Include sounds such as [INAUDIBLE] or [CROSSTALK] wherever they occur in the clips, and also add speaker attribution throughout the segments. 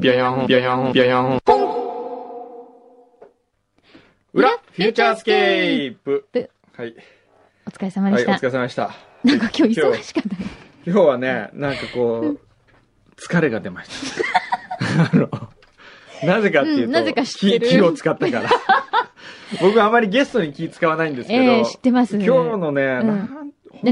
Speaker 1: ビャヤン、ビャヤン、ビャヤン、ポン裏、フューチャースケープ
Speaker 2: プ
Speaker 1: はい。
Speaker 2: お疲れ様で
Speaker 1: はい、
Speaker 2: し
Speaker 1: お
Speaker 2: た。
Speaker 1: 疲れ様でした。
Speaker 2: なんか今日忙しかった。
Speaker 1: 今日はね、なんかこう、疲れが出ました。 [LAUGHS] あの、なぜかっていうと、
Speaker 2: うんなぜか知ってる
Speaker 1: 気気を使った [LAUGHS] から。僕あまりゲストに気使わないんですけど、
Speaker 2: ええ知ってます
Speaker 1: 今日のね、
Speaker 2: ん
Speaker 1: なん、ほ
Speaker 2: なん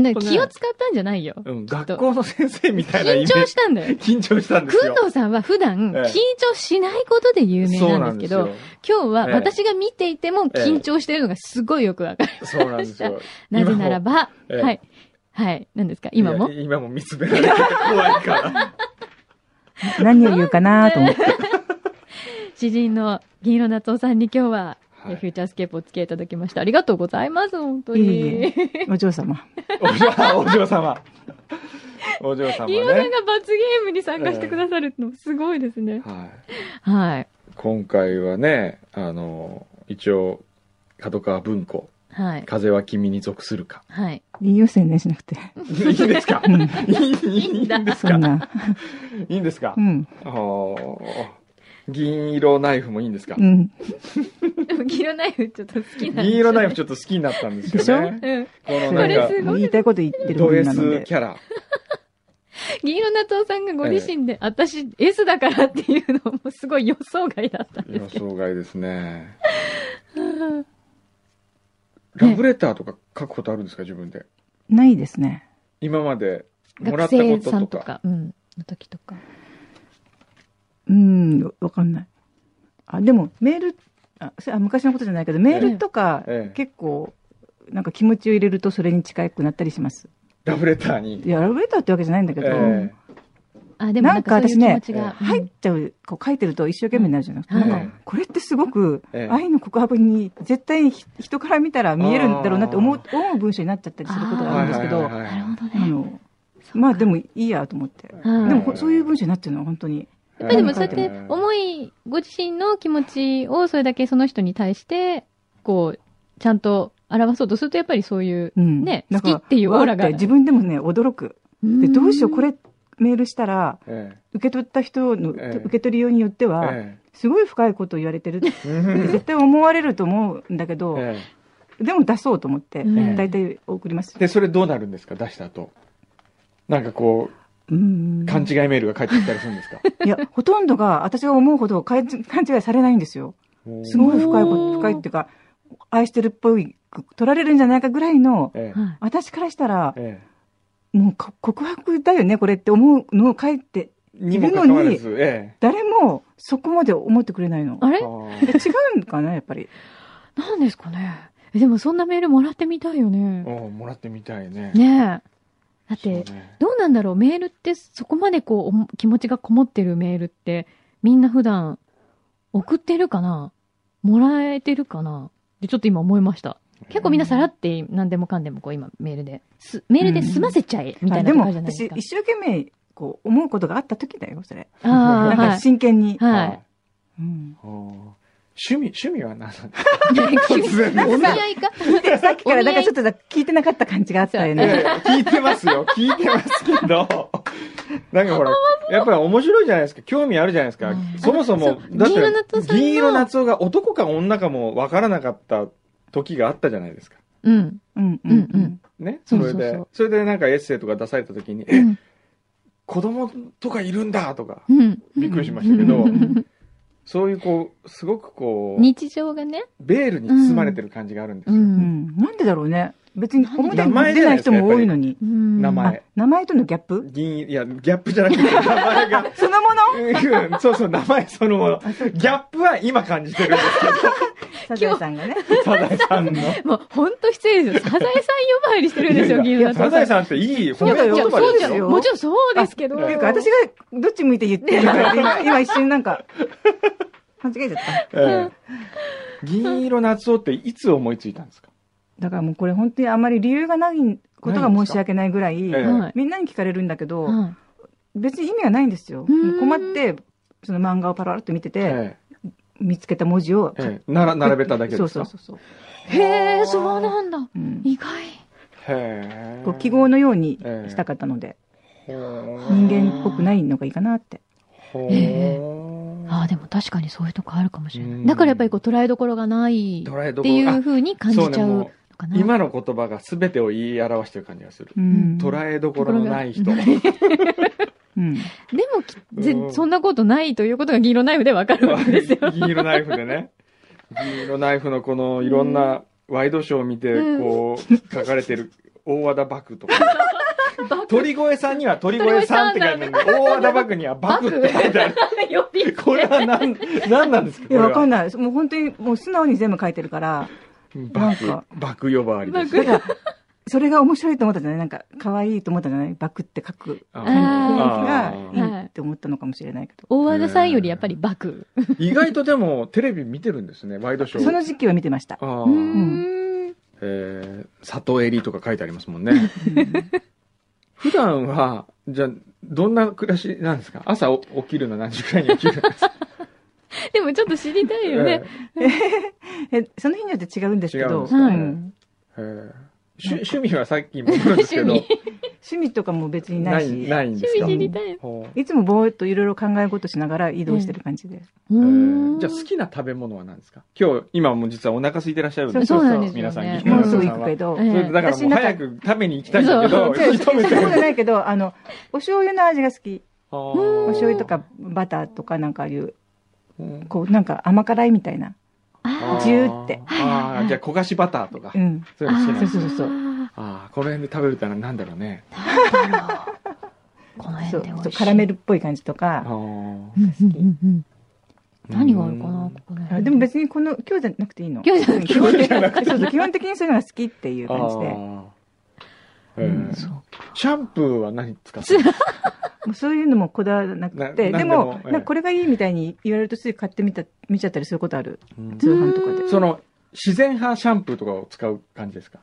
Speaker 1: ん
Speaker 2: だ
Speaker 1: とね
Speaker 2: 気を使ったんじゃないよ。
Speaker 1: うん、
Speaker 2: きっと
Speaker 1: 学校の先生みたいなイメ
Speaker 2: 緊
Speaker 1: ージ。
Speaker 2: 張した
Speaker 1: [LAUGHS]
Speaker 2: んだよ。
Speaker 1: 緊張したんです
Speaker 2: くん
Speaker 1: よ。
Speaker 2: どうさんは普段、
Speaker 1: ええ
Speaker 2: 緊張しないことで有名なんですけ
Speaker 1: そう
Speaker 2: ど、
Speaker 1: なんで
Speaker 2: 今日は
Speaker 1: ええ
Speaker 2: 私が見ていても緊張してるのがすごいよくわかる。
Speaker 1: すよ。 [LAUGHS] そうなんですよ。
Speaker 2: なぜならば、
Speaker 1: ええ
Speaker 2: はい。はい。何ですか今も
Speaker 1: いや今も見つめられて怖いから。
Speaker 3: 何を言うかなと思って。
Speaker 2: 詩人の銀色夏夫さんに今日は、
Speaker 1: はい
Speaker 2: フューチャースケープをつけていただきました。ありがとうございます、本当
Speaker 3: いえい
Speaker 2: に。
Speaker 3: お嬢様。
Speaker 1: お嬢お嬢様。お嬢様
Speaker 2: [LAUGHS] 銀色さん
Speaker 1: ね。
Speaker 2: が罰ゲームに参加してくださるのすごいですね。
Speaker 1: はい。
Speaker 2: はい。
Speaker 1: 今回はね、あの、一応、角川文庫、
Speaker 2: はい。
Speaker 1: 風は君に属するか。
Speaker 2: はい。
Speaker 3: いいよ、宣伝しなくて。
Speaker 1: いいんですか
Speaker 3: うん。
Speaker 1: いいいいんです
Speaker 3: そん
Speaker 1: か
Speaker 3: な。
Speaker 1: いいんですか
Speaker 3: うん。
Speaker 1: あー銀色ナイフもいいんですか
Speaker 3: うん。
Speaker 2: でも、黄色ナイフちょっと好きなんですよね
Speaker 1: 銀色ナイフちょっと好きになったんですよね。
Speaker 2: うん。
Speaker 1: この
Speaker 3: そ
Speaker 1: なん
Speaker 3: れ
Speaker 1: か
Speaker 2: こ、すごい
Speaker 3: 言いたいこと言ってる
Speaker 1: ド
Speaker 3: 分
Speaker 1: S
Speaker 3: なので
Speaker 1: キ。ャラ。
Speaker 2: 銀色夏夫さんがご自身で、私 S だからっていうのもすごい予想外だったんで
Speaker 1: 予
Speaker 2: すけど。
Speaker 1: 想外ですね。
Speaker 2: うん
Speaker 1: ラブレターとか書くことあるんですか自分で。
Speaker 3: ないですね。
Speaker 1: 今までもら
Speaker 2: 学
Speaker 1: ったこ
Speaker 2: 生
Speaker 1: と
Speaker 2: さん
Speaker 1: と
Speaker 2: と
Speaker 1: か。
Speaker 2: か、うん。の時とか。
Speaker 3: うん、わかんない。あ、でも、メール、あ、それあ昔のことじゃないけど、メールとか
Speaker 1: ええ、
Speaker 3: 結構、なんか気持ちを入れるとそれに近くなったりします。
Speaker 1: ラブレターに。
Speaker 3: いや、ラブレターってわけじゃないんだけど、
Speaker 1: え
Speaker 2: あ、でもなんかそういう気持ち
Speaker 1: なん
Speaker 2: が
Speaker 1: か。
Speaker 2: うん
Speaker 3: 入っちゃう、こう書いてると一生懸命になるじゃなくて、
Speaker 2: うん
Speaker 3: な
Speaker 1: え
Speaker 3: ん
Speaker 1: え
Speaker 3: か、これってすごく、
Speaker 1: ええ
Speaker 3: 愛の告白に絶対にひ人から見たら見えるんだろうなって思う、思う文章になっちゃったりすること
Speaker 1: え
Speaker 3: があ
Speaker 1: は
Speaker 3: る
Speaker 1: い
Speaker 3: んです
Speaker 1: は
Speaker 3: け
Speaker 1: い
Speaker 3: ど、
Speaker 1: はい
Speaker 2: なる
Speaker 1: は
Speaker 2: ほ
Speaker 1: い
Speaker 2: ど
Speaker 3: あ
Speaker 2: ね。
Speaker 3: の、まあで
Speaker 2: や
Speaker 3: もいいやと思って。
Speaker 2: うん
Speaker 3: でもこそういう文章になってるのは本当に。
Speaker 1: や
Speaker 2: っぱりでもそうやって思い、ご自身の気持ちをそれだけその人に対して、こう、ちゃんと表そうとすると、やっぱりそういう、
Speaker 3: うん。
Speaker 2: ね
Speaker 3: だから
Speaker 2: 好きっていうオーラが
Speaker 3: わって自分でもね、驚く。で、どうしよう、これメールしたら、
Speaker 1: え
Speaker 3: 受け取った人の、
Speaker 1: ええ
Speaker 3: 受け取りようによって
Speaker 1: え
Speaker 3: は、
Speaker 1: え
Speaker 3: すごい深いことを言われてるって
Speaker 1: えうん
Speaker 3: 絶対思われると思うんだけ
Speaker 1: [LAUGHS]
Speaker 3: ど、
Speaker 1: え
Speaker 3: でも出そうと思って、
Speaker 2: うん
Speaker 3: 大体送ります
Speaker 1: え。で、それどうなるんですか出した後。なんかこ
Speaker 3: うん
Speaker 1: う、勘違いメールが返ってきたりするんですか
Speaker 3: いや、ほとんどが私が思うほど勘違勘違いされないんですよ。すごい深いこと、
Speaker 2: おー
Speaker 3: 深いっていうか、愛してるっぽい、取られるんじゃないかぐらいの、
Speaker 1: ええ
Speaker 2: はい
Speaker 3: 私からしたら、
Speaker 1: え
Speaker 3: もうこ告白だよね、これって思うのを書いて、
Speaker 1: えにもかかわらず、え
Speaker 3: 誰もそこまで思ってくれないの。
Speaker 2: あ
Speaker 1: え
Speaker 2: れ [LAUGHS]
Speaker 3: で違うんかな、やっぱり。
Speaker 2: なんですかね。えでもそんなメールもらってみたいよね。
Speaker 1: おもらってみたいね。
Speaker 2: ねえ。だっ
Speaker 1: そう
Speaker 2: て、
Speaker 1: ね
Speaker 2: どうなんだろうメールってそこまでこうおも、気持ちがこもってるメールって、みんな普段送ってるかなもらえてるかなで、ちょっと今思いました。結構みんなさらって何でもかんでもこう今メールで、すメールで済ませちゃえ、みたい
Speaker 3: あ
Speaker 2: な
Speaker 3: で
Speaker 2: と
Speaker 3: も、
Speaker 2: かじゃないで
Speaker 3: 私、
Speaker 2: すか
Speaker 3: 一。生懸命、こう、思うことがあった時だよ、それ。
Speaker 2: ああ
Speaker 3: なん
Speaker 2: は
Speaker 3: か
Speaker 2: い。
Speaker 3: 真剣に。
Speaker 2: はい
Speaker 3: うん
Speaker 1: あー趣味、趣味は何なんですか
Speaker 2: お
Speaker 1: 突然
Speaker 2: 見合いか。
Speaker 3: さっきから、なんかちょっとだ聞いてなかった感じがあったよ
Speaker 1: いや
Speaker 3: ね
Speaker 1: い。や聞いてます
Speaker 2: [LAUGHS]
Speaker 1: よ。聞いてますけど。なんかほら、やっぱり面白いじゃないですか。興味あるじゃないですか
Speaker 3: う。ん
Speaker 1: そもそも
Speaker 2: あ、そう
Speaker 1: だって
Speaker 2: 銀色夏夫さんの
Speaker 1: 銀色夏夫が男か女かもわからなかった時があったじゃないですか。
Speaker 2: うん。
Speaker 3: うんうん
Speaker 2: う
Speaker 3: うん
Speaker 2: うんん。
Speaker 1: ね。
Speaker 2: そ
Speaker 1: そう
Speaker 2: そう
Speaker 1: れ
Speaker 2: そう
Speaker 1: で、それでなんかエッセイとか出された
Speaker 2: [LAUGHS]
Speaker 1: 時に、
Speaker 2: う
Speaker 1: え、
Speaker 2: ん。
Speaker 1: 子供とかいるんだとか、
Speaker 2: うん。
Speaker 1: びっくりしましたけど
Speaker 2: うんうん
Speaker 1: そういうこう、すごくこう、
Speaker 2: 日常がね。
Speaker 1: ベールに包まれてる感じがあるんです
Speaker 2: う。
Speaker 1: よ。
Speaker 3: うんんなんでだろうね。別に表
Speaker 1: 名
Speaker 3: に
Speaker 1: 前じ
Speaker 3: 出
Speaker 1: ゃな
Speaker 3: ないい
Speaker 1: ですか
Speaker 3: 人も多いのに。
Speaker 2: 名
Speaker 1: 名前
Speaker 3: あ名前とのギャップ
Speaker 1: 銀、いや、ギャップじゃなくて、名前が。
Speaker 2: [LAUGHS]
Speaker 3: そのもの
Speaker 1: うんそうそう、名前そのもの。ギャップは今感じてるんです
Speaker 3: サザエさんがね。
Speaker 1: けど、サザエさんの。
Speaker 2: もう本当失礼ですよ。サザエさん呼ばわりしてるんですよ、
Speaker 1: いや
Speaker 2: 銀
Speaker 1: い
Speaker 2: 座
Speaker 1: や
Speaker 2: の
Speaker 1: サザエさんっていい褒め言葉
Speaker 2: そう
Speaker 1: で
Speaker 2: じゃ
Speaker 1: す
Speaker 2: ん。
Speaker 1: よ。
Speaker 2: もちろんそうですけど。
Speaker 3: っていうか、私がどっち向いて言ってるのかって今、今一瞬なんか、間違えちゃった。
Speaker 1: ええ銀色夏男っていつ思いついたんですか
Speaker 3: だからもうこれ本当にあまり理由がないことが申し訳ないぐらい、
Speaker 1: ええ
Speaker 2: はい
Speaker 3: みんなに聞かれるんだけど、
Speaker 2: は
Speaker 3: 別に意味がないんですよ。
Speaker 2: うーん
Speaker 3: 困って、その漫画をパラッと見てて、
Speaker 1: え
Speaker 3: 見つけた文字を
Speaker 1: え、ええなら並べただけです
Speaker 3: そ
Speaker 1: か
Speaker 3: うそうそうそう。
Speaker 2: いへえ、そうなんだ。
Speaker 3: うん
Speaker 2: 意外。
Speaker 1: へえ
Speaker 3: こう記号のようにしたかったので、人間っぽく
Speaker 1: い。
Speaker 3: ないのがいいかなって。
Speaker 1: ほ
Speaker 2: ええ
Speaker 1: ー
Speaker 2: 確かにそういうとこあるかもしれ
Speaker 1: う
Speaker 2: なんい。だからやっぱりこう捉えどころがないっ
Speaker 1: 捉えどこ
Speaker 2: ていう
Speaker 1: ろ
Speaker 2: ふうに感じちゃうの
Speaker 1: あ
Speaker 2: かな。
Speaker 1: 今の言葉が全てを言い表してる感じがする
Speaker 3: う
Speaker 2: うん
Speaker 3: ん。
Speaker 1: 捉えどころのない人
Speaker 2: ところが
Speaker 3: うん。
Speaker 2: でもきぜ
Speaker 1: うん
Speaker 2: そんなことないということが銀色ナイフでわかるわけですよ。
Speaker 1: 銀色ナイフでね銀色ナイフのこのいろんなワイドショーを見て
Speaker 2: うん
Speaker 1: こう書かれてる大和田バクとか
Speaker 2: バク
Speaker 1: 鳥越さんには鳥越さんって書いてあるのに大和田バクにはバクって書いてある
Speaker 2: 呼び捨て
Speaker 1: これは何何なんですか
Speaker 3: いや、わかん
Speaker 1: ない
Speaker 3: ない。もう本当に、もう素直に全部書いてるから、
Speaker 1: バク
Speaker 3: なんか
Speaker 1: バク呼ばわりです
Speaker 3: だから、それが面白いと思ったんじゃないなんか、可愛いと思ったんじゃないバクって書く
Speaker 1: あ
Speaker 3: 雰囲
Speaker 2: あ
Speaker 1: ー
Speaker 3: 気がいいって思ったのかもしれないけど。
Speaker 2: 大和田さんよりやっぱりバク。
Speaker 1: 意外とでもテレビ見てるんですねワイドショー
Speaker 3: その時期は見てました。
Speaker 1: あ
Speaker 2: う
Speaker 1: あ、
Speaker 2: ーん。
Speaker 1: えー、里襟とか書いてありますもんね [LAUGHS]
Speaker 3: うん
Speaker 1: 普段はじゃあどんな暮らしなんですか朝お起きるの何時くらいに起きるんですか
Speaker 2: でもちょっと知りたいよね。
Speaker 3: [LAUGHS] え、その日によって違うんですけ
Speaker 1: 違うん
Speaker 3: ど、
Speaker 1: です
Speaker 2: か
Speaker 3: う
Speaker 1: ね
Speaker 3: ん
Speaker 1: えー趣趣味はさっきに戻るんですけど
Speaker 2: 趣
Speaker 3: 趣味とかも別にな
Speaker 1: ないい
Speaker 3: し、
Speaker 1: ないんです
Speaker 2: 趣
Speaker 1: か
Speaker 2: 味知りたい。う
Speaker 1: ほう
Speaker 3: いつもぼーっといろいろ考え事しながら移動してる感じで。
Speaker 1: え
Speaker 2: ー
Speaker 1: ー
Speaker 2: ん
Speaker 1: じゃあ好きな食べ物は何ですか今日今もう実はお腹空いてらっしゃるん
Speaker 3: そう
Speaker 1: です
Speaker 2: そうなんですよね
Speaker 1: 皆さん聞いて
Speaker 3: も
Speaker 1: る
Speaker 3: うすぐ
Speaker 1: 皆さん
Speaker 3: 行く
Speaker 1: は
Speaker 3: けど、
Speaker 2: ええ
Speaker 1: そうだからもう早く食べに行きたいんだけ [LAUGHS] ど
Speaker 2: 私
Speaker 1: 引き止め
Speaker 3: そ
Speaker 1: て
Speaker 3: [LAUGHS] ういうことないけど、あの、お醤油の味が好き。
Speaker 1: お
Speaker 3: お醤油とかバターとかなんかああいう、
Speaker 1: うん
Speaker 3: こうなんか甘辛いみたいな。
Speaker 2: あ
Speaker 3: ジューって
Speaker 1: あーあーじゃあ焦がしバターとか
Speaker 3: うん。
Speaker 1: そういうの好きなん
Speaker 2: ー
Speaker 1: ですね
Speaker 3: そうそうそう
Speaker 2: あ
Speaker 1: ああ、この辺で食べるってのはなんだろうね。
Speaker 2: ーなんだろうこの
Speaker 3: そう、
Speaker 2: 辺
Speaker 3: ち
Speaker 2: で美
Speaker 3: ょっと
Speaker 2: 味しい
Speaker 3: カラメルっぽい感じと
Speaker 1: あ
Speaker 3: か。
Speaker 1: ー
Speaker 2: うんうんうんうん何があるか
Speaker 1: う
Speaker 2: なんここら
Speaker 3: あ
Speaker 2: 辺
Speaker 3: でも別にこの、今日じゃなくていいの
Speaker 2: 今日じゃなくていい
Speaker 3: 基本的
Speaker 1: [LAUGHS]
Speaker 3: にそうそう基本的にそういうのが好きっていう感じで。も
Speaker 1: あーへー
Speaker 3: うん
Speaker 2: そう
Speaker 1: シャンプーは何使ってるの
Speaker 3: うそういうのもこだわらな
Speaker 1: な
Speaker 3: くて、
Speaker 1: なんで
Speaker 3: で
Speaker 1: も
Speaker 3: も、
Speaker 1: ええ
Speaker 3: なんかこれがいいみたいに言われるとすぐ買ってみた、見ちゃったりすることある。
Speaker 1: うん
Speaker 3: 通販とか
Speaker 2: う
Speaker 3: で
Speaker 2: ん。
Speaker 1: その、自然派シャンプーとかを使う感じですか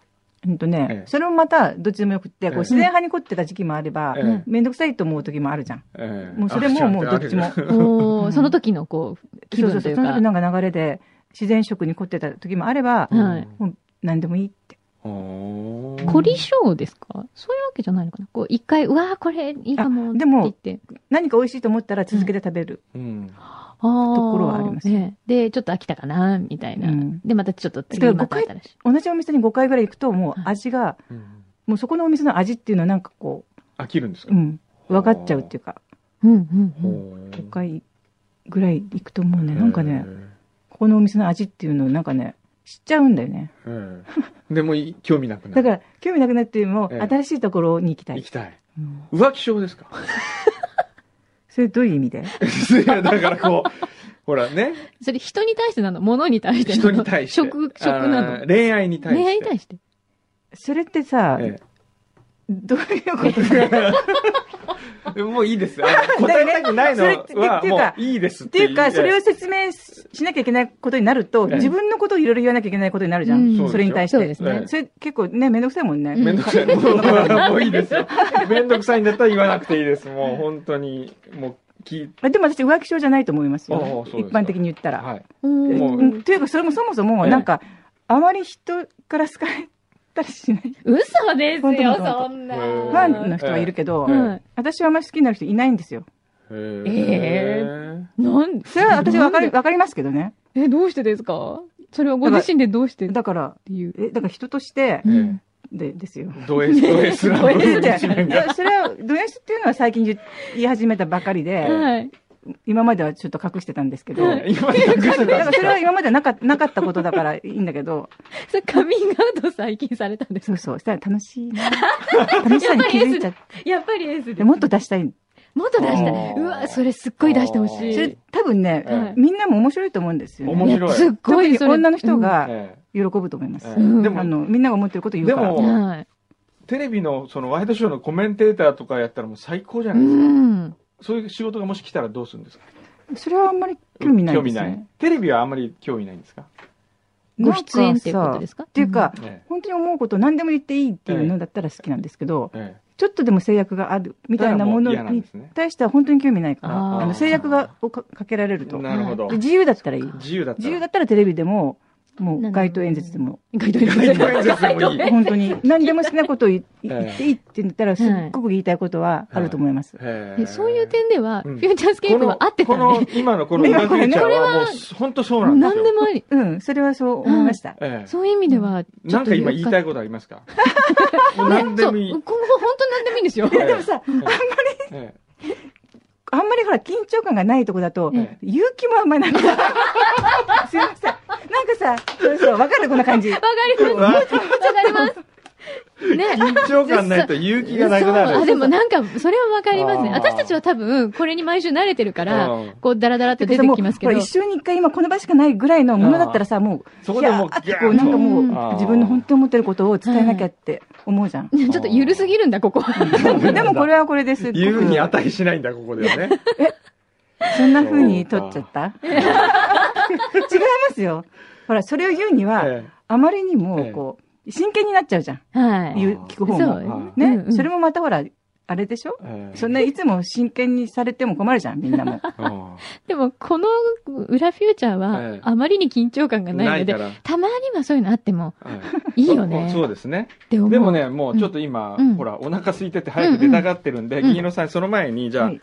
Speaker 3: うんとね、
Speaker 1: ええ
Speaker 3: それもまたどっちでもよくって、こ
Speaker 1: ええ
Speaker 3: う自然派に凝ってた時期もあれば、
Speaker 1: え
Speaker 2: うん
Speaker 1: え
Speaker 3: めんどくさいと思う時もあるじゃん。
Speaker 1: ええ
Speaker 3: もうそれも
Speaker 1: あ
Speaker 3: もうどっちも
Speaker 1: ある
Speaker 2: お
Speaker 3: う
Speaker 1: [LAUGHS]
Speaker 2: ー
Speaker 3: ん
Speaker 2: その時のこう気
Speaker 3: そ
Speaker 2: 分
Speaker 3: う
Speaker 2: と
Speaker 3: そ
Speaker 2: いう
Speaker 3: そうその
Speaker 2: か
Speaker 3: 時なんか流れで、自然食に凝ってた時もあれば、
Speaker 1: じゃん
Speaker 2: はい
Speaker 1: うん
Speaker 3: 何でもいいって。
Speaker 1: おー
Speaker 2: 凝り性ですかそういうわけじゃないのかなこう一回うわーこれいいかもって
Speaker 3: あでも
Speaker 2: 言って
Speaker 3: 何か美味しいと思ったら続けて食べる。
Speaker 1: うん。
Speaker 2: あー
Speaker 3: ところはあります
Speaker 2: ねでちょっと飽きたかなみたいな
Speaker 3: うん
Speaker 2: でまたちょっと次
Speaker 3: だ
Speaker 2: ま
Speaker 3: か
Speaker 2: た新
Speaker 3: ら誤
Speaker 2: しい
Speaker 3: 同じお店に5回ぐらい行くと、もう味が、
Speaker 1: うん
Speaker 3: もうそこのお店の味っていうのはなんかこ
Speaker 1: 飽きるんです
Speaker 3: う、
Speaker 1: か
Speaker 3: うん、分かっちゃうっていうか、
Speaker 2: うんうんうん
Speaker 1: 5
Speaker 3: 5回ぐらい行くともうね、なんかね、。
Speaker 1: へえ
Speaker 3: ここのお店の味っていうのをなんかね、知っちゃうんだよね。
Speaker 1: ええでもい興味なくな
Speaker 3: だ
Speaker 1: る。
Speaker 3: から、興味なくなっても、
Speaker 1: ええ
Speaker 3: 新しいところに行きたい
Speaker 1: 行。きたい。
Speaker 3: うん
Speaker 1: 浮気症ですか [LAUGHS]
Speaker 3: それどういう意味で
Speaker 1: いやだからこう、ほらね、
Speaker 2: それ人に対してなの物に対してな
Speaker 1: 人
Speaker 2: の
Speaker 1: に対して。
Speaker 2: 食食な
Speaker 1: あ
Speaker 2: の
Speaker 1: ー恋愛に対して。
Speaker 2: 恋愛に対して
Speaker 3: それってさ、
Speaker 1: え
Speaker 3: どういうこと [LAUGHS]
Speaker 1: え [LAUGHS] もういいです。あの答えたくないの
Speaker 3: だ
Speaker 1: は、
Speaker 3: からねそれってっていう
Speaker 1: も
Speaker 3: か
Speaker 1: ういいですっ
Speaker 3: ってて
Speaker 1: い
Speaker 3: いうか、それを説明しなきゃいけないことになると、
Speaker 1: ええ
Speaker 3: 自分のことをいろいろ言わなきゃいけないことになるじゃん。
Speaker 2: うん
Speaker 3: それに対して。
Speaker 2: そうです
Speaker 1: ね
Speaker 3: それ結構ね、めんどくさいもんね。
Speaker 2: うん
Speaker 1: めんどくさい。もうもういいです
Speaker 3: [LAUGHS]
Speaker 1: よ。めんどくさいんだったら言わなくていいです。もう本当に、もう聞い
Speaker 3: あでも私浮気症じゃないと思います
Speaker 1: ああそ
Speaker 3: よ
Speaker 1: う。ですか
Speaker 3: 一般的に言った
Speaker 1: た
Speaker 3: ら。
Speaker 1: はい。
Speaker 2: うん
Speaker 1: も
Speaker 3: うんというか、それもそもそも、
Speaker 1: ええ
Speaker 3: なんか、あまり人から好かれたりしない。
Speaker 2: 嘘です
Speaker 3: 本当
Speaker 2: よ、
Speaker 3: 本当
Speaker 2: そんな。
Speaker 1: へ
Speaker 3: フ
Speaker 1: ー
Speaker 3: ァンの人はいるけど
Speaker 1: え、え
Speaker 2: はい
Speaker 3: 私はあんまり好きになる人いないんですよ。
Speaker 1: え
Speaker 2: えなん
Speaker 3: それは私はわかり、
Speaker 2: なんで
Speaker 3: わかりますけどね。
Speaker 2: え、どうしてですかそれはご自身でどうしてっ
Speaker 3: だから、
Speaker 2: ていう。
Speaker 3: え、だから人として
Speaker 2: う、ん
Speaker 1: え
Speaker 3: で、ですよ。
Speaker 1: ド S、ド S な
Speaker 3: ド
Speaker 1: 部
Speaker 3: S
Speaker 1: 分
Speaker 3: じゃ
Speaker 1: 一面
Speaker 3: い
Speaker 1: が。
Speaker 3: やそれは、ド S っていうのは最近言言い始めたばかりで、
Speaker 2: はい。
Speaker 3: 今まではちょっと隠してたんですけど、
Speaker 1: 今、
Speaker 3: だ
Speaker 1: 隠して
Speaker 3: か
Speaker 1: たん
Speaker 3: ら
Speaker 1: です
Speaker 3: それは
Speaker 1: か
Speaker 3: 今まではなかなかったことだからいいんだけど、
Speaker 2: それカミングアウト最近されたんです
Speaker 3: そうそう、したら楽しいな。楽しさに気づいちゃっ
Speaker 2: やっぱりエースで
Speaker 3: て、
Speaker 2: す。
Speaker 3: もっと出したい。
Speaker 2: もっと出した
Speaker 1: あ
Speaker 2: い。
Speaker 1: ー
Speaker 2: うわ、それすっごい出してほし
Speaker 1: ええ
Speaker 2: い。
Speaker 3: そ
Speaker 2: そ
Speaker 3: れ多分ね、
Speaker 1: え
Speaker 3: みんなも面白いと思うんですよ、
Speaker 1: 面
Speaker 3: ね。
Speaker 1: 白い
Speaker 2: やすっご
Speaker 3: 特
Speaker 2: い
Speaker 3: に
Speaker 2: それ、
Speaker 3: 女の人が
Speaker 1: え
Speaker 3: 喜ぶと思います。
Speaker 1: ええ
Speaker 2: うん
Speaker 1: えで
Speaker 3: あ
Speaker 1: も、
Speaker 3: の、みんなが思ってること言うから。
Speaker 1: で
Speaker 2: う
Speaker 1: も
Speaker 2: ん。はい。
Speaker 1: テレビのそのワイドショーのコメンテーターとかやったらもう最高じゃ
Speaker 2: う
Speaker 1: ないですか。
Speaker 2: ん。
Speaker 1: そういう仕事がもし来たらどうするんですか
Speaker 3: それはあんまり興味ないんですよ、ね。
Speaker 1: テレビはあんまり興味ないんですか
Speaker 2: ご出演っていうことですすかって
Speaker 3: いうか、
Speaker 1: え
Speaker 3: 本当に思うこと何でも言っていいっていうのだったら好きなんですけど、
Speaker 1: えええ
Speaker 3: ちょっとでも制約があるみたいなもの
Speaker 1: だからう嫌なん
Speaker 3: に
Speaker 1: ですね。
Speaker 3: 対しては本当に興味ないから、
Speaker 2: あー
Speaker 3: あの制約がをかかけられると。
Speaker 1: なるほど
Speaker 3: で。自由だったらいい。
Speaker 1: 自由だったら。
Speaker 3: 自由だったらテレビでも、もう街頭演説でも。
Speaker 2: 街頭演
Speaker 1: 街
Speaker 2: 説
Speaker 1: 頭演説でもいい。
Speaker 3: 本当に何でも好きなことを言い
Speaker 1: はい
Speaker 3: 言っていいって言ったらすっごく言いたいことはあると思います。
Speaker 1: へ
Speaker 2: え
Speaker 1: ー
Speaker 2: そういう点では、
Speaker 1: うん
Speaker 2: フューチャースケープは合ってた
Speaker 1: こ
Speaker 2: ね。
Speaker 1: の、この今のこの
Speaker 3: ね
Speaker 1: 裏フューチャー
Speaker 3: こ
Speaker 1: はもう、本当そうなんです
Speaker 2: 何
Speaker 1: よ。
Speaker 2: でもあり。
Speaker 3: うん、それはそう思いました。
Speaker 1: ええ
Speaker 2: そういう意味では、ちょ
Speaker 1: な
Speaker 2: っ
Speaker 1: ん
Speaker 2: と
Speaker 1: か今言いた
Speaker 2: い。
Speaker 1: いことあります
Speaker 2: [LAUGHS]
Speaker 1: かもう何でもいい
Speaker 2: そう。今後本当何でもいいんですよ。
Speaker 1: ええ
Speaker 3: [LAUGHS] でもさ、
Speaker 1: えええ
Speaker 3: あんまりほら緊張感がないとこだと、
Speaker 1: え
Speaker 3: 勇気もあんまりなくて。すいません。なんかさ、そうそう、わかるこんな感じ。
Speaker 2: わかります。わかります。ね。
Speaker 1: え緊張感ないと勇気がなくな
Speaker 2: そうあ、
Speaker 1: る。
Speaker 2: でもなんか、それはわかりますね。
Speaker 1: あー
Speaker 2: 私たちは多分、これに毎週慣れてるから、
Speaker 1: うん
Speaker 2: こう、ダラダラって
Speaker 3: だ
Speaker 2: 出
Speaker 3: ってさ
Speaker 2: て
Speaker 3: もう
Speaker 2: きますけ
Speaker 3: ほ
Speaker 2: ど
Speaker 3: ら、。一生に一回今この場しかないぐらいのものだったらさ、もう、
Speaker 1: そこでもう
Speaker 3: いやーって
Speaker 1: ギャーンと
Speaker 3: こう、なんかも
Speaker 2: うん
Speaker 1: あ
Speaker 3: う、
Speaker 1: ー
Speaker 3: 自分の本当に思ってることを伝えなきゃって思うじゃん。
Speaker 2: ちょっと緩すぎるんだ、ここは。
Speaker 3: でもこれはこれですっごく。
Speaker 1: 言うに値しないんだ、ここではね。
Speaker 3: そんな風に取っちゃった違いますよ。ほら、それを言うには、
Speaker 1: え
Speaker 3: あまりにも、こう、真剣になっちゃうじゃん。
Speaker 2: はい。
Speaker 3: 言う
Speaker 1: あー
Speaker 3: 聞く方
Speaker 2: そう
Speaker 3: も。
Speaker 1: はい
Speaker 3: ね、
Speaker 2: うんうん
Speaker 3: それもまたほら、あれでしょ
Speaker 1: えええ
Speaker 2: [LAUGHS]
Speaker 3: そんないつも真剣にされても困るじゃん、みんなも。
Speaker 1: うん
Speaker 2: でも、この裏フューチャー
Speaker 1: え
Speaker 2: は
Speaker 1: え、
Speaker 2: あまりに緊張感がな
Speaker 1: ない
Speaker 2: の
Speaker 1: い
Speaker 2: で
Speaker 1: か、ら。
Speaker 2: たまにはそういうのあっても
Speaker 1: はい
Speaker 2: いいよね。
Speaker 1: そうですね。
Speaker 2: って思う。
Speaker 1: でもね、もうちょっと今、
Speaker 2: うん
Speaker 1: ほら、お腹空いてて早く出たがってるんで、
Speaker 2: うんうん
Speaker 1: 銀色さん、その前に、じゃあ、
Speaker 3: はい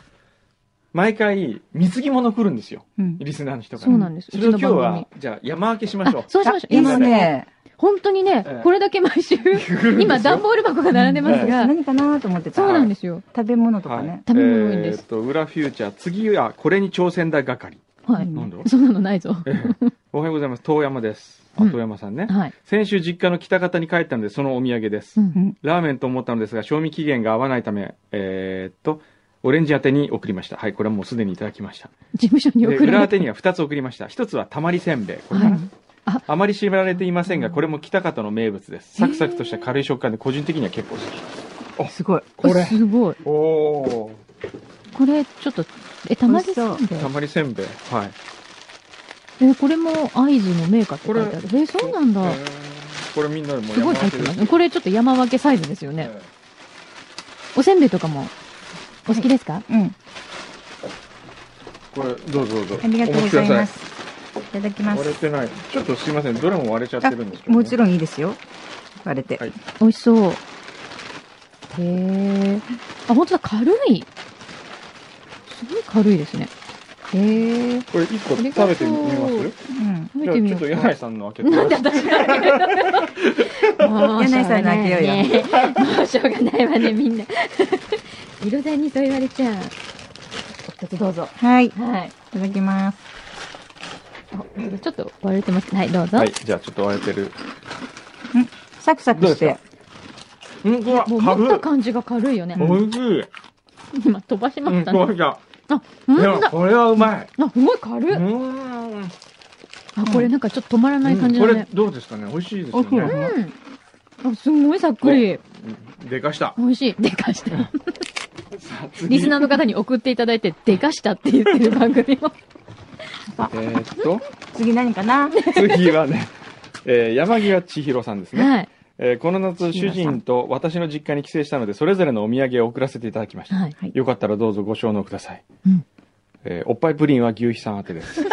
Speaker 1: 毎回、貢ぎ物来るんですよ。
Speaker 3: うん
Speaker 1: リスナーの人から。
Speaker 2: そうなんです
Speaker 1: それを今日
Speaker 2: うちの番
Speaker 1: は、じゃあ、山分けしましょう
Speaker 2: あ。そうしましょう。
Speaker 3: あいい
Speaker 1: 今
Speaker 2: 今
Speaker 3: です
Speaker 1: ね
Speaker 3: ね。
Speaker 2: 本当にね
Speaker 1: ええ、
Speaker 2: これだけ毎週、今、段ボール箱が並んでますが、
Speaker 3: 何かなと思ってた。
Speaker 2: そうなんですよ。
Speaker 3: 食べ物とか
Speaker 1: はい
Speaker 3: ね。
Speaker 2: 食べ物多いんです
Speaker 1: えーっと、裏フューチャー、次はこれに挑戦だ係。
Speaker 2: は
Speaker 3: う
Speaker 2: い。
Speaker 3: ん
Speaker 1: なんだろう
Speaker 2: そんなのないぞ。
Speaker 1: おはようございます。遠山です。あ、
Speaker 2: うん
Speaker 1: 遠山さんね。
Speaker 2: はい。
Speaker 1: 先週実家の北方に帰ったので、そのお土産です。
Speaker 2: うん
Speaker 1: ラーメンと思ったのですが、賞味期限が合わないため、えーっと、オレンジ宛てに送りました。はい、これはもうすでにいただきました。
Speaker 2: 事務所に
Speaker 1: で
Speaker 2: 送
Speaker 1: 裏
Speaker 2: られ
Speaker 1: 宛
Speaker 2: て。
Speaker 1: てには2つ送りました。1つはたまりせんべい。これか
Speaker 2: は。
Speaker 1: ないあまり知られていませんが、これも北方の名物です。サクサクとした軽い食感で、個人的には結構好き。
Speaker 3: すごい。
Speaker 1: これ。
Speaker 2: すごい。
Speaker 1: おお
Speaker 2: これ、ちょっと、え、たまりさん
Speaker 3: 美
Speaker 2: で
Speaker 1: ー。。たまりせんべい。はい。
Speaker 2: え、これも会津のメーカーって書いてある。え、そうなんだ。
Speaker 1: えーこれみんなでも
Speaker 2: すごい入
Speaker 1: 分
Speaker 2: って
Speaker 1: け
Speaker 2: ますすね。これちょっと山分けサイズですよね。おせんべいとかも、お好きですか
Speaker 3: うん。
Speaker 1: これ、どうぞどうぞ。
Speaker 3: ありがとうござ
Speaker 1: お持ちく
Speaker 3: いま
Speaker 1: ださ
Speaker 3: す。いただきま
Speaker 1: 割れ
Speaker 3: す。
Speaker 1: てない。ちょっとすいません、どれも割れちゃって
Speaker 3: あ
Speaker 1: るんですけど、ね。
Speaker 3: もちろんいいですよ。割れて
Speaker 1: は。い。
Speaker 2: 美味しそう。へえ。あ、本当だ、軽い。すごい軽いですね。へえ。
Speaker 1: これ一個食べてみ
Speaker 2: あり
Speaker 1: ま
Speaker 2: が
Speaker 1: す
Speaker 3: う
Speaker 1: じ
Speaker 2: 食
Speaker 3: ん。
Speaker 2: べ
Speaker 1: ゃあ
Speaker 2: てみ
Speaker 1: ち
Speaker 2: よ
Speaker 1: ょっ
Speaker 2: う
Speaker 1: と
Speaker 2: か
Speaker 1: 柳井さんの開けて。
Speaker 2: なんで私が開けるの
Speaker 3: 柳井さんの開けようよ
Speaker 2: もうしょうがないわね、みんな。色だにそう言われちゃう。一つどうぞ。
Speaker 3: はい。い
Speaker 2: はい。
Speaker 3: ただきます。
Speaker 2: あちょっと割れてます。はい、どうぞ。
Speaker 1: はい、じゃあちょっと割れてる。
Speaker 3: サクサクして。
Speaker 1: うん、こわ
Speaker 2: もう持った
Speaker 1: 軽
Speaker 2: 感じが軽いよね。
Speaker 1: い。おいしい。
Speaker 2: 今飛ばしま
Speaker 1: う
Speaker 2: し
Speaker 1: ん、
Speaker 2: た
Speaker 1: こわ
Speaker 2: ね。
Speaker 1: いだ。
Speaker 2: あ、
Speaker 1: い
Speaker 2: ほん
Speaker 1: や、
Speaker 2: とだ。
Speaker 1: これはうまい。
Speaker 2: あ、すごい軽
Speaker 1: う
Speaker 2: い。
Speaker 1: ーん。
Speaker 2: あ、これなんかちょっと止まらない感じ
Speaker 1: こ
Speaker 2: だ
Speaker 1: れ
Speaker 2: ね。
Speaker 1: どうですかね美味しいです
Speaker 3: お
Speaker 1: よ
Speaker 3: 風
Speaker 1: ね。
Speaker 3: 呂。
Speaker 2: うん。あ、すごいさっくり。
Speaker 1: でかした。
Speaker 2: 美味しい。でかした。リスナーの方に送っていただいて、でかしたって言ってる番組も。
Speaker 1: えーっと、
Speaker 3: 次何かな
Speaker 1: 次はね、えー山際千尋さん [LAUGHS] ですね。
Speaker 2: はい。
Speaker 1: えーこの夏、主人と私の実家に帰省したので、それぞれのお土産を送らせていただきました。
Speaker 2: はい。
Speaker 1: よかったらどうぞご承諾ください。
Speaker 2: うん
Speaker 1: えーおっぱいプリンは牛皮さん宛てです。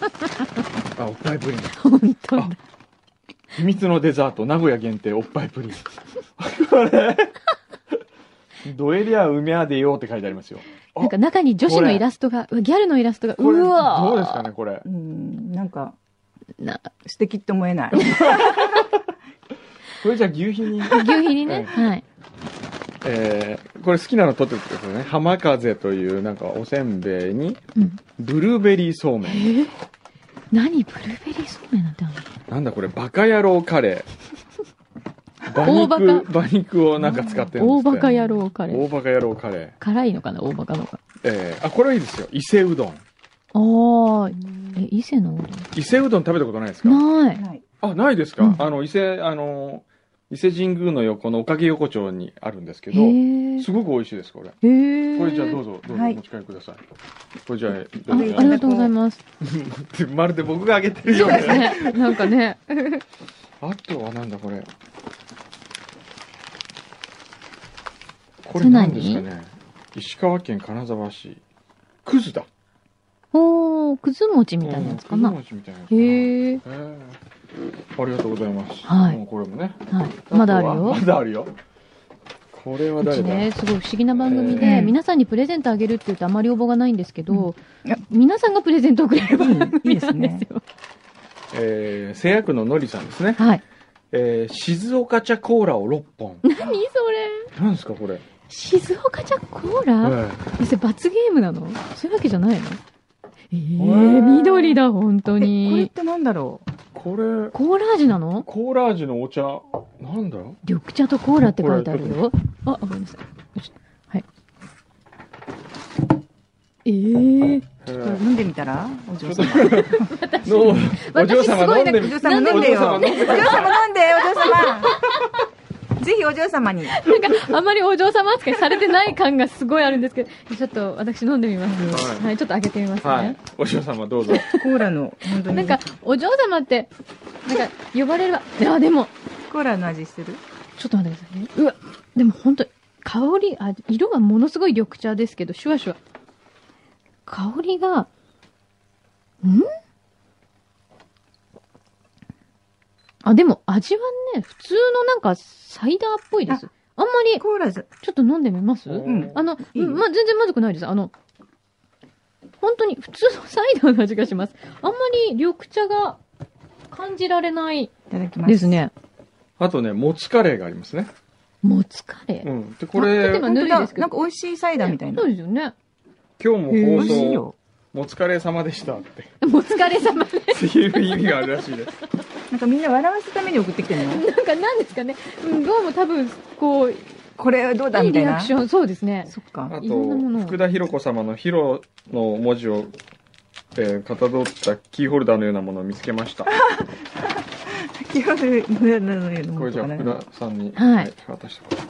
Speaker 1: [LAUGHS] あ、おっぱいプリン。
Speaker 2: 本当だ。
Speaker 1: 秘密のデザート、名古屋限定おっぱいプリン。これ、どえりゃうめあでよって書いてありますよ。あ
Speaker 2: なんか中に女子のイラストが、うわギャルのイラストが、
Speaker 1: これ、
Speaker 2: うわ
Speaker 1: どうですかね、これ
Speaker 3: う。ん、なんか、
Speaker 2: な
Speaker 3: 素敵って思えない。
Speaker 1: これじゃあ牛皮に。 [LAUGHS]
Speaker 2: 牛皮にね。
Speaker 1: え
Speaker 2: はい。
Speaker 1: えーこれ好きなの取ってってくださいね。浜風というなんかおせんべいに、
Speaker 2: うん。
Speaker 1: ブルーベリーそうめん。
Speaker 2: 何ブルーベリーそうめんなんてあるの
Speaker 1: なんだこれ、バカ野郎カレー。馬
Speaker 2: 大バカ
Speaker 1: 肉、馬肉をなんか使ってるんです
Speaker 2: 大
Speaker 1: って
Speaker 2: バカ野郎カレー。
Speaker 1: 大バカ野郎カレー。
Speaker 2: 辛いのかな大バカのか。
Speaker 1: えーあ、これはいいですよ。伊勢うどん。
Speaker 2: ああ、え、伊勢のう
Speaker 1: 伊勢うどん食べたことないです
Speaker 2: ど
Speaker 1: か
Speaker 2: んない。
Speaker 3: はい。
Speaker 1: あ、ないですか、
Speaker 2: うん
Speaker 1: あの、伊勢、あの、伊勢神宮の横のおかげ横丁にあるんですけ
Speaker 2: へ
Speaker 1: ど、
Speaker 2: え。へ
Speaker 1: すごく美味しいです、これ。
Speaker 2: え。
Speaker 1: これじゃあどうぞ、どうぞ
Speaker 3: は
Speaker 1: お
Speaker 3: い
Speaker 1: 持ち帰りください。これじゃあ、
Speaker 2: あ
Speaker 1: ど
Speaker 2: あ
Speaker 1: う
Speaker 2: り
Speaker 1: ぞ
Speaker 2: がとうございます。
Speaker 1: [LAUGHS] まるで僕があげてるよう
Speaker 2: そうです
Speaker 1: な。
Speaker 2: ね。 [LAUGHS] なんかね。
Speaker 1: あとはなんだこれ。こ
Speaker 2: そ
Speaker 1: れ
Speaker 2: れ
Speaker 1: 何
Speaker 2: 何
Speaker 1: ですかね石川県金沢市。くずだ。
Speaker 2: おー、くず餅みたいなやつか
Speaker 1: う
Speaker 2: なん
Speaker 1: くず。餅みたいなやつかな。
Speaker 2: へえ。
Speaker 1: えーありがとうございます。
Speaker 2: はい
Speaker 1: もうこれもね。
Speaker 2: はい。まだある
Speaker 1: とは
Speaker 2: よ
Speaker 1: ま。だあるよ。これは
Speaker 2: う
Speaker 1: 誰
Speaker 2: ち
Speaker 1: だ
Speaker 2: ね、すごい不思議な番組
Speaker 1: え
Speaker 2: で、
Speaker 3: え
Speaker 2: 皆さんにプレゼントあげるって言うとあまり応募がないんですけど、
Speaker 3: うんいや
Speaker 2: 皆さんがプレゼントをくれる番組なん
Speaker 3: いい
Speaker 2: です
Speaker 3: で
Speaker 2: よ。
Speaker 1: えー、製薬ののりさんですね。
Speaker 2: はい。
Speaker 1: えー、静岡茶コーラを6本。
Speaker 2: 何それ
Speaker 1: 何ですか、これ。
Speaker 2: 静岡茶コーラ、
Speaker 1: え
Speaker 2: えそれ罰ゲームなのそういうわけじゃないのえ
Speaker 1: え
Speaker 2: ー、緑だ、本当
Speaker 3: えこれっ
Speaker 2: に。
Speaker 3: てなんだろう
Speaker 1: えこれ、
Speaker 2: コーラ味なの
Speaker 1: コーラ味のお茶、なんだ
Speaker 2: 緑茶とコーラって書いてあるよ。あ、ごめんなさい。よいしょはい。えー、
Speaker 1: ちょっ
Speaker 3: ちょっと飲んでみたらお嬢様。
Speaker 1: のお嬢
Speaker 2: 私すご
Speaker 1: 様
Speaker 2: い
Speaker 1: 飲んで
Speaker 2: な
Speaker 1: み
Speaker 3: お嬢
Speaker 1: て。
Speaker 3: 様飲んでよ。
Speaker 1: お嬢様
Speaker 3: お嬢様
Speaker 1: 飲ん
Speaker 3: 飲
Speaker 1: で
Speaker 3: んで、お嬢様。ぜひお嬢様に。
Speaker 2: なんか、あんまりお嬢様扱いされてない感がすごいあるんですけど、ちょっと私飲んでみます。
Speaker 1: は
Speaker 2: はいい、ちょっと開けてみますね。
Speaker 1: はい。お嬢様どうぞ。
Speaker 3: コーラの、本当に。
Speaker 2: なんか、、お嬢様って、なんか、呼ばれるわ。いや、でも、
Speaker 3: コーラの味してる
Speaker 2: ちょっと待ってくださいね。うわ、でも本当香り、あ、色がものすごい緑茶ですけど、シュワシュワ。香りが、んあ、でも味はね、普通のなんかサイダーっぽいです。あんまり、
Speaker 3: コーラじゃ、
Speaker 2: ちょっと飲んでみます
Speaker 3: ん
Speaker 2: あの、
Speaker 3: いいよ
Speaker 2: まあ、全然まずくないです。あの、本当に普通のサイダーの味がします。あんまり緑茶が感じられない
Speaker 3: いただきます。
Speaker 2: です。ね。
Speaker 1: あとね、もつカレーがありますね。
Speaker 2: もつカレー。
Speaker 1: うん。で、こ
Speaker 2: あ例え
Speaker 1: れ、
Speaker 2: ば
Speaker 3: 本当
Speaker 2: ぬるい
Speaker 3: だ。
Speaker 2: で
Speaker 3: なん
Speaker 2: すけど
Speaker 3: か美味しいサイダーみたいな
Speaker 2: そう。ですよね。
Speaker 1: 今日
Speaker 2: へ
Speaker 1: も
Speaker 2: ー
Speaker 1: 放
Speaker 3: 美味しい
Speaker 1: 送、
Speaker 3: よ。
Speaker 1: もつカレー様でしたって。
Speaker 2: もう疲れ様で。
Speaker 1: っていう意味があるらしいです。
Speaker 3: なんかみんな笑わすために送ってきてるの
Speaker 2: なんか何ですかね。うんどうも多分、こう、い
Speaker 3: これどうだ
Speaker 2: い
Speaker 3: みたい
Speaker 2: リア
Speaker 3: な。
Speaker 2: クション。そうですね。
Speaker 3: そっか。
Speaker 1: あ
Speaker 2: いろんなもの
Speaker 1: と、
Speaker 2: を
Speaker 1: 福田博子様のヒロの文字を、えー、かたどったキーホルダーのようなものを見つけました。
Speaker 3: 先ほどのような
Speaker 1: こ
Speaker 3: も
Speaker 1: れ
Speaker 3: の
Speaker 1: じ
Speaker 3: と
Speaker 1: ゃあ
Speaker 3: かね
Speaker 1: 福田さんに、
Speaker 2: はい
Speaker 1: 渡してくださ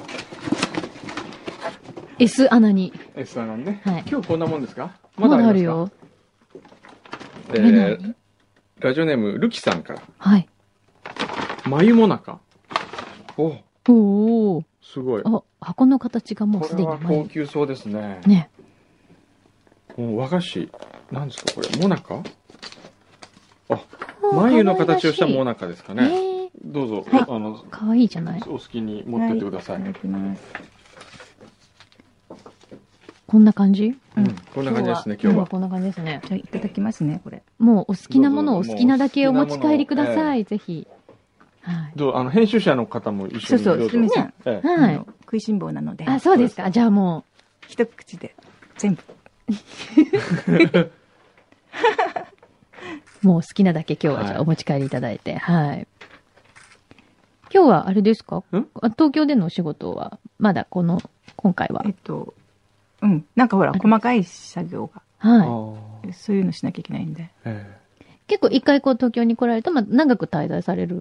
Speaker 2: S 穴に。
Speaker 1: い。S さんなんで、
Speaker 2: はい
Speaker 1: 今日こんなもんですか
Speaker 2: まだあ
Speaker 1: り
Speaker 2: る
Speaker 1: ま
Speaker 2: よ。
Speaker 1: すかえ
Speaker 2: え
Speaker 1: ー、
Speaker 2: 何
Speaker 1: ラジオネーム、ルキさんから。
Speaker 2: はい。
Speaker 1: 眉もなか。お
Speaker 2: おー。
Speaker 1: すごい。こ
Speaker 2: あ、箱の形がもうす
Speaker 1: れ
Speaker 2: でに
Speaker 1: は
Speaker 2: 前
Speaker 1: 高
Speaker 2: に。
Speaker 1: 級そうですね。
Speaker 2: ね。
Speaker 1: もう和菓子。なんですかこれ。もなか眉の形をしたも
Speaker 2: の
Speaker 1: なかですかね。
Speaker 2: ね。
Speaker 1: どうぞ、
Speaker 2: はい
Speaker 1: あの、
Speaker 2: かわいいじゃない。
Speaker 1: お好きに持ってってください。
Speaker 3: はいただきます。
Speaker 2: こんな感じ
Speaker 1: うん、こんな感じですね、今日
Speaker 2: 今日
Speaker 1: は
Speaker 2: は。こんな感じですね。
Speaker 3: じゃあいただきますね、これ。
Speaker 2: もうお好きなものをお
Speaker 1: どうぞ
Speaker 2: 好きなだけお
Speaker 1: もう
Speaker 2: 持ち帰りください。ぜひ。はい。
Speaker 1: どうあの編集者の方も一緒
Speaker 3: そう
Speaker 1: に
Speaker 3: そ
Speaker 1: どう
Speaker 3: う、
Speaker 1: ぞ。
Speaker 3: すみさん。
Speaker 1: ええ
Speaker 2: は
Speaker 3: あ
Speaker 2: い
Speaker 3: の。食いしん坊なので、
Speaker 2: あ、そうですか。じゃあも
Speaker 3: 一口で全部。
Speaker 2: う、もう好きなだけ今日はじゃ
Speaker 1: はい
Speaker 2: あお持ち帰りいただいて。はい。今日はあれですか
Speaker 1: ん
Speaker 2: あ東京でのお仕事は、まだこの、今回は
Speaker 3: え。っと、うん。なんかほら、細かい作業が、
Speaker 1: あ
Speaker 2: は
Speaker 1: ー
Speaker 3: そういうのしなきゃいけないんで。
Speaker 1: え
Speaker 2: い。結構一回こう東京に来られたまあ長く滞在される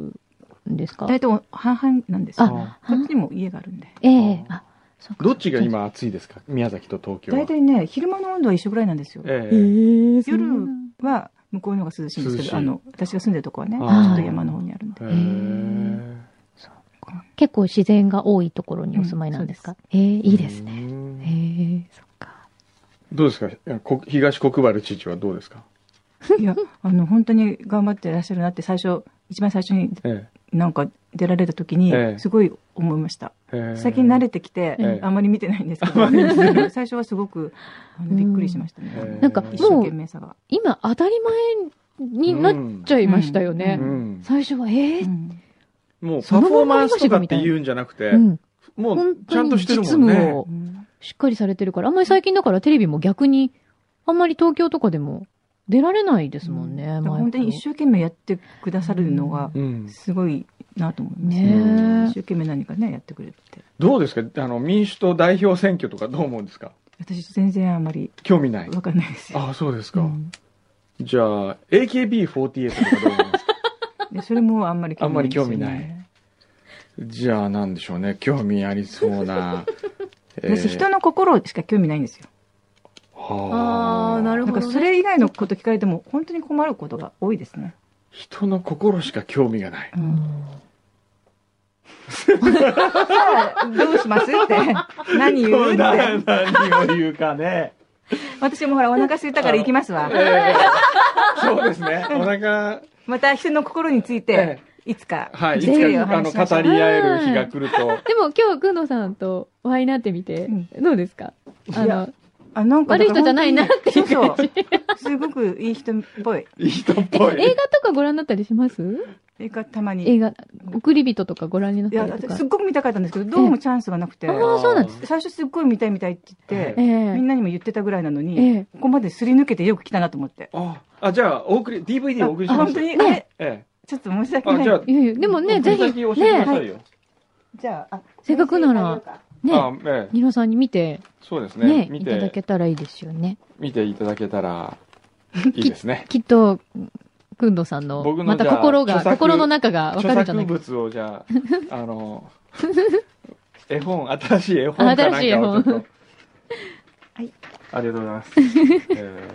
Speaker 2: んですか
Speaker 3: 大体半々なんですよ。
Speaker 2: あ、
Speaker 3: こっちにも家があるんで。
Speaker 2: ええあ、そう
Speaker 1: え
Speaker 2: か
Speaker 1: どっちが今暑いですか宮崎と東京は。
Speaker 3: 大体ね、昼間の温度は一緒ぐらいなんですよ。
Speaker 1: え
Speaker 2: え
Speaker 1: え
Speaker 2: え
Speaker 3: 夜
Speaker 2: そうなん
Speaker 3: は、向こうの方が涼しいんで
Speaker 1: 涼
Speaker 3: すけ
Speaker 1: しい
Speaker 3: ど、あの、私が住んでるとこはね、ちょ
Speaker 1: あー
Speaker 3: っと山の方にあるんで。
Speaker 1: え
Speaker 2: だ結構自然が多いところにお住まいなんですか、ええ
Speaker 1: え
Speaker 2: いいですね。ええ
Speaker 1: ね。
Speaker 2: そっか。
Speaker 1: どうですかいやこ東国原知事はどうですか
Speaker 3: いや、 [LAUGHS] あの、本当に頑張ってらっしゃるなって、最初、一番最初に
Speaker 1: え
Speaker 3: なんか出られた時に
Speaker 1: ええ、
Speaker 3: すごい思いました。
Speaker 1: えええ
Speaker 3: 最近慣れてき
Speaker 1: え
Speaker 3: て、
Speaker 1: え
Speaker 3: あんまり見てないんですけ
Speaker 1: あんまり見て [LAUGHS]
Speaker 3: ど、最初はすごくあのびっくりしましたね。
Speaker 1: ええ
Speaker 2: なんか
Speaker 3: 一生懸命さが。
Speaker 2: 今当たり前になっちゃいましたよね。
Speaker 1: うん
Speaker 2: 最初は、ええ
Speaker 3: うん
Speaker 1: もうパフォーマンスとかって言うんじゃなくて
Speaker 2: う、ん。
Speaker 1: もう
Speaker 2: 本
Speaker 1: ちゃ
Speaker 2: 当
Speaker 1: ん
Speaker 2: に
Speaker 1: としてる
Speaker 2: 実
Speaker 1: もん
Speaker 2: 務
Speaker 1: ね。
Speaker 2: をしっかりされてるから、あんまり最近だからテレビも逆に、あんまり東京とかでも出られないですもんね、
Speaker 3: だ
Speaker 2: 前
Speaker 3: か
Speaker 2: ほ
Speaker 3: ら
Speaker 2: ど
Speaker 3: 本当に一生懸命やってくださるのが
Speaker 1: うん
Speaker 3: すごいなと思います
Speaker 2: ね
Speaker 3: ね。
Speaker 2: え
Speaker 3: 一生懸命何かねやってくれるって。
Speaker 1: どうですかあの民主党代表選挙とかどう思うんですか
Speaker 3: 私全然あんまり
Speaker 1: 興味ない。
Speaker 3: わかんないですよ。
Speaker 1: ああ、そうです
Speaker 3: う
Speaker 1: か。
Speaker 3: ん
Speaker 1: じゃあ、AKB48 とかどう思います
Speaker 2: [LAUGHS]
Speaker 1: か
Speaker 3: でそれもあんまりですよね
Speaker 1: あんまり興味ない。じゃあ、なんでしょうね。興味ありそう
Speaker 2: [LAUGHS]
Speaker 1: な。
Speaker 3: 私人の心しか興味ないんですよ。
Speaker 2: あーなるほ
Speaker 3: だ
Speaker 2: どね
Speaker 3: からそれ以外のこと聞かれても本当に困ることが多いですね。
Speaker 1: 人の心しか興味がない。
Speaker 3: うん
Speaker 2: うん
Speaker 3: さあどうしますって。
Speaker 1: [LAUGHS]
Speaker 3: 何言うって。
Speaker 1: な何を言うか
Speaker 2: [LAUGHS]
Speaker 1: ね。
Speaker 3: 私もほら、お腹空いたから行きますわ。
Speaker 1: ええそうですね。お腹、
Speaker 3: また人の心について、
Speaker 1: え
Speaker 3: いつか
Speaker 1: え、はい。い
Speaker 3: ぜひ
Speaker 1: つ
Speaker 3: お
Speaker 1: か、あ
Speaker 3: 話
Speaker 1: の、
Speaker 3: ししましょ
Speaker 1: 語
Speaker 3: う
Speaker 1: り合える日が来ると。
Speaker 2: でも今日、くんどうさんとお会いになってみて
Speaker 3: うん、
Speaker 2: どうですかあ
Speaker 3: いや
Speaker 2: の、
Speaker 3: あ、なんかだ
Speaker 2: 悪い
Speaker 3: から
Speaker 2: 人じゃないなっていう
Speaker 3: 本
Speaker 2: 感
Speaker 3: 当に
Speaker 2: じ。
Speaker 3: そうそう。すごくいい人っぽい。
Speaker 1: いい人っ
Speaker 2: え
Speaker 1: ぽ
Speaker 2: 映
Speaker 1: い。
Speaker 2: 画とかご覧になったりします
Speaker 3: 映画たまに。
Speaker 2: 映
Speaker 3: い
Speaker 2: 画、送り人とかご覧になっ
Speaker 3: や、
Speaker 2: たりと
Speaker 3: 私
Speaker 2: か
Speaker 3: す。っごく見たかったんですけど、どうもチャンスがなくて
Speaker 2: あ、あ、そうなんです。
Speaker 3: 最初すっごい見たい見たいって言って
Speaker 2: え、
Speaker 3: み
Speaker 2: え
Speaker 3: んなにも言ってたぐらいなの
Speaker 2: え
Speaker 3: に、
Speaker 2: え
Speaker 3: ここまですり抜けてよく来たなと思って。
Speaker 1: あ、あ、じゃあ、お送り、DVD お送りし
Speaker 3: あ
Speaker 1: ま
Speaker 3: 本
Speaker 1: す
Speaker 3: 当。に、
Speaker 2: ね
Speaker 3: あれ
Speaker 1: ええ。
Speaker 3: ちょっと申し訳な
Speaker 1: あ、
Speaker 3: い。
Speaker 1: じゃあ、
Speaker 2: いやいや、でもね、
Speaker 1: 送
Speaker 2: ぜ
Speaker 1: り
Speaker 2: ひ、
Speaker 1: 先教えてくださいよ。
Speaker 3: じゃあ、あ
Speaker 2: せっかくならね、
Speaker 1: あ、ええ。
Speaker 2: ニノさんに見て、
Speaker 1: そうですね
Speaker 2: ね。、
Speaker 1: 見
Speaker 2: いただ
Speaker 1: て、
Speaker 2: けたらいいですよね。
Speaker 1: 見ていただけた
Speaker 2: [LAUGHS]
Speaker 1: ら、いいですね。
Speaker 2: きっと、くんどさんの、
Speaker 1: 僕の
Speaker 2: また
Speaker 1: じゃあ
Speaker 2: 心が、
Speaker 1: 著作
Speaker 2: 心の中がわか
Speaker 1: 著
Speaker 2: るんじゃな
Speaker 1: 作
Speaker 2: いか。
Speaker 1: 物をじゃあ、あの、
Speaker 2: [LAUGHS]
Speaker 1: 絵本、新しい絵本かなんか
Speaker 2: 新しい絵
Speaker 1: を
Speaker 2: 本
Speaker 1: ちょっと。
Speaker 3: はい。
Speaker 1: ありがとうございます。
Speaker 2: [LAUGHS]
Speaker 1: え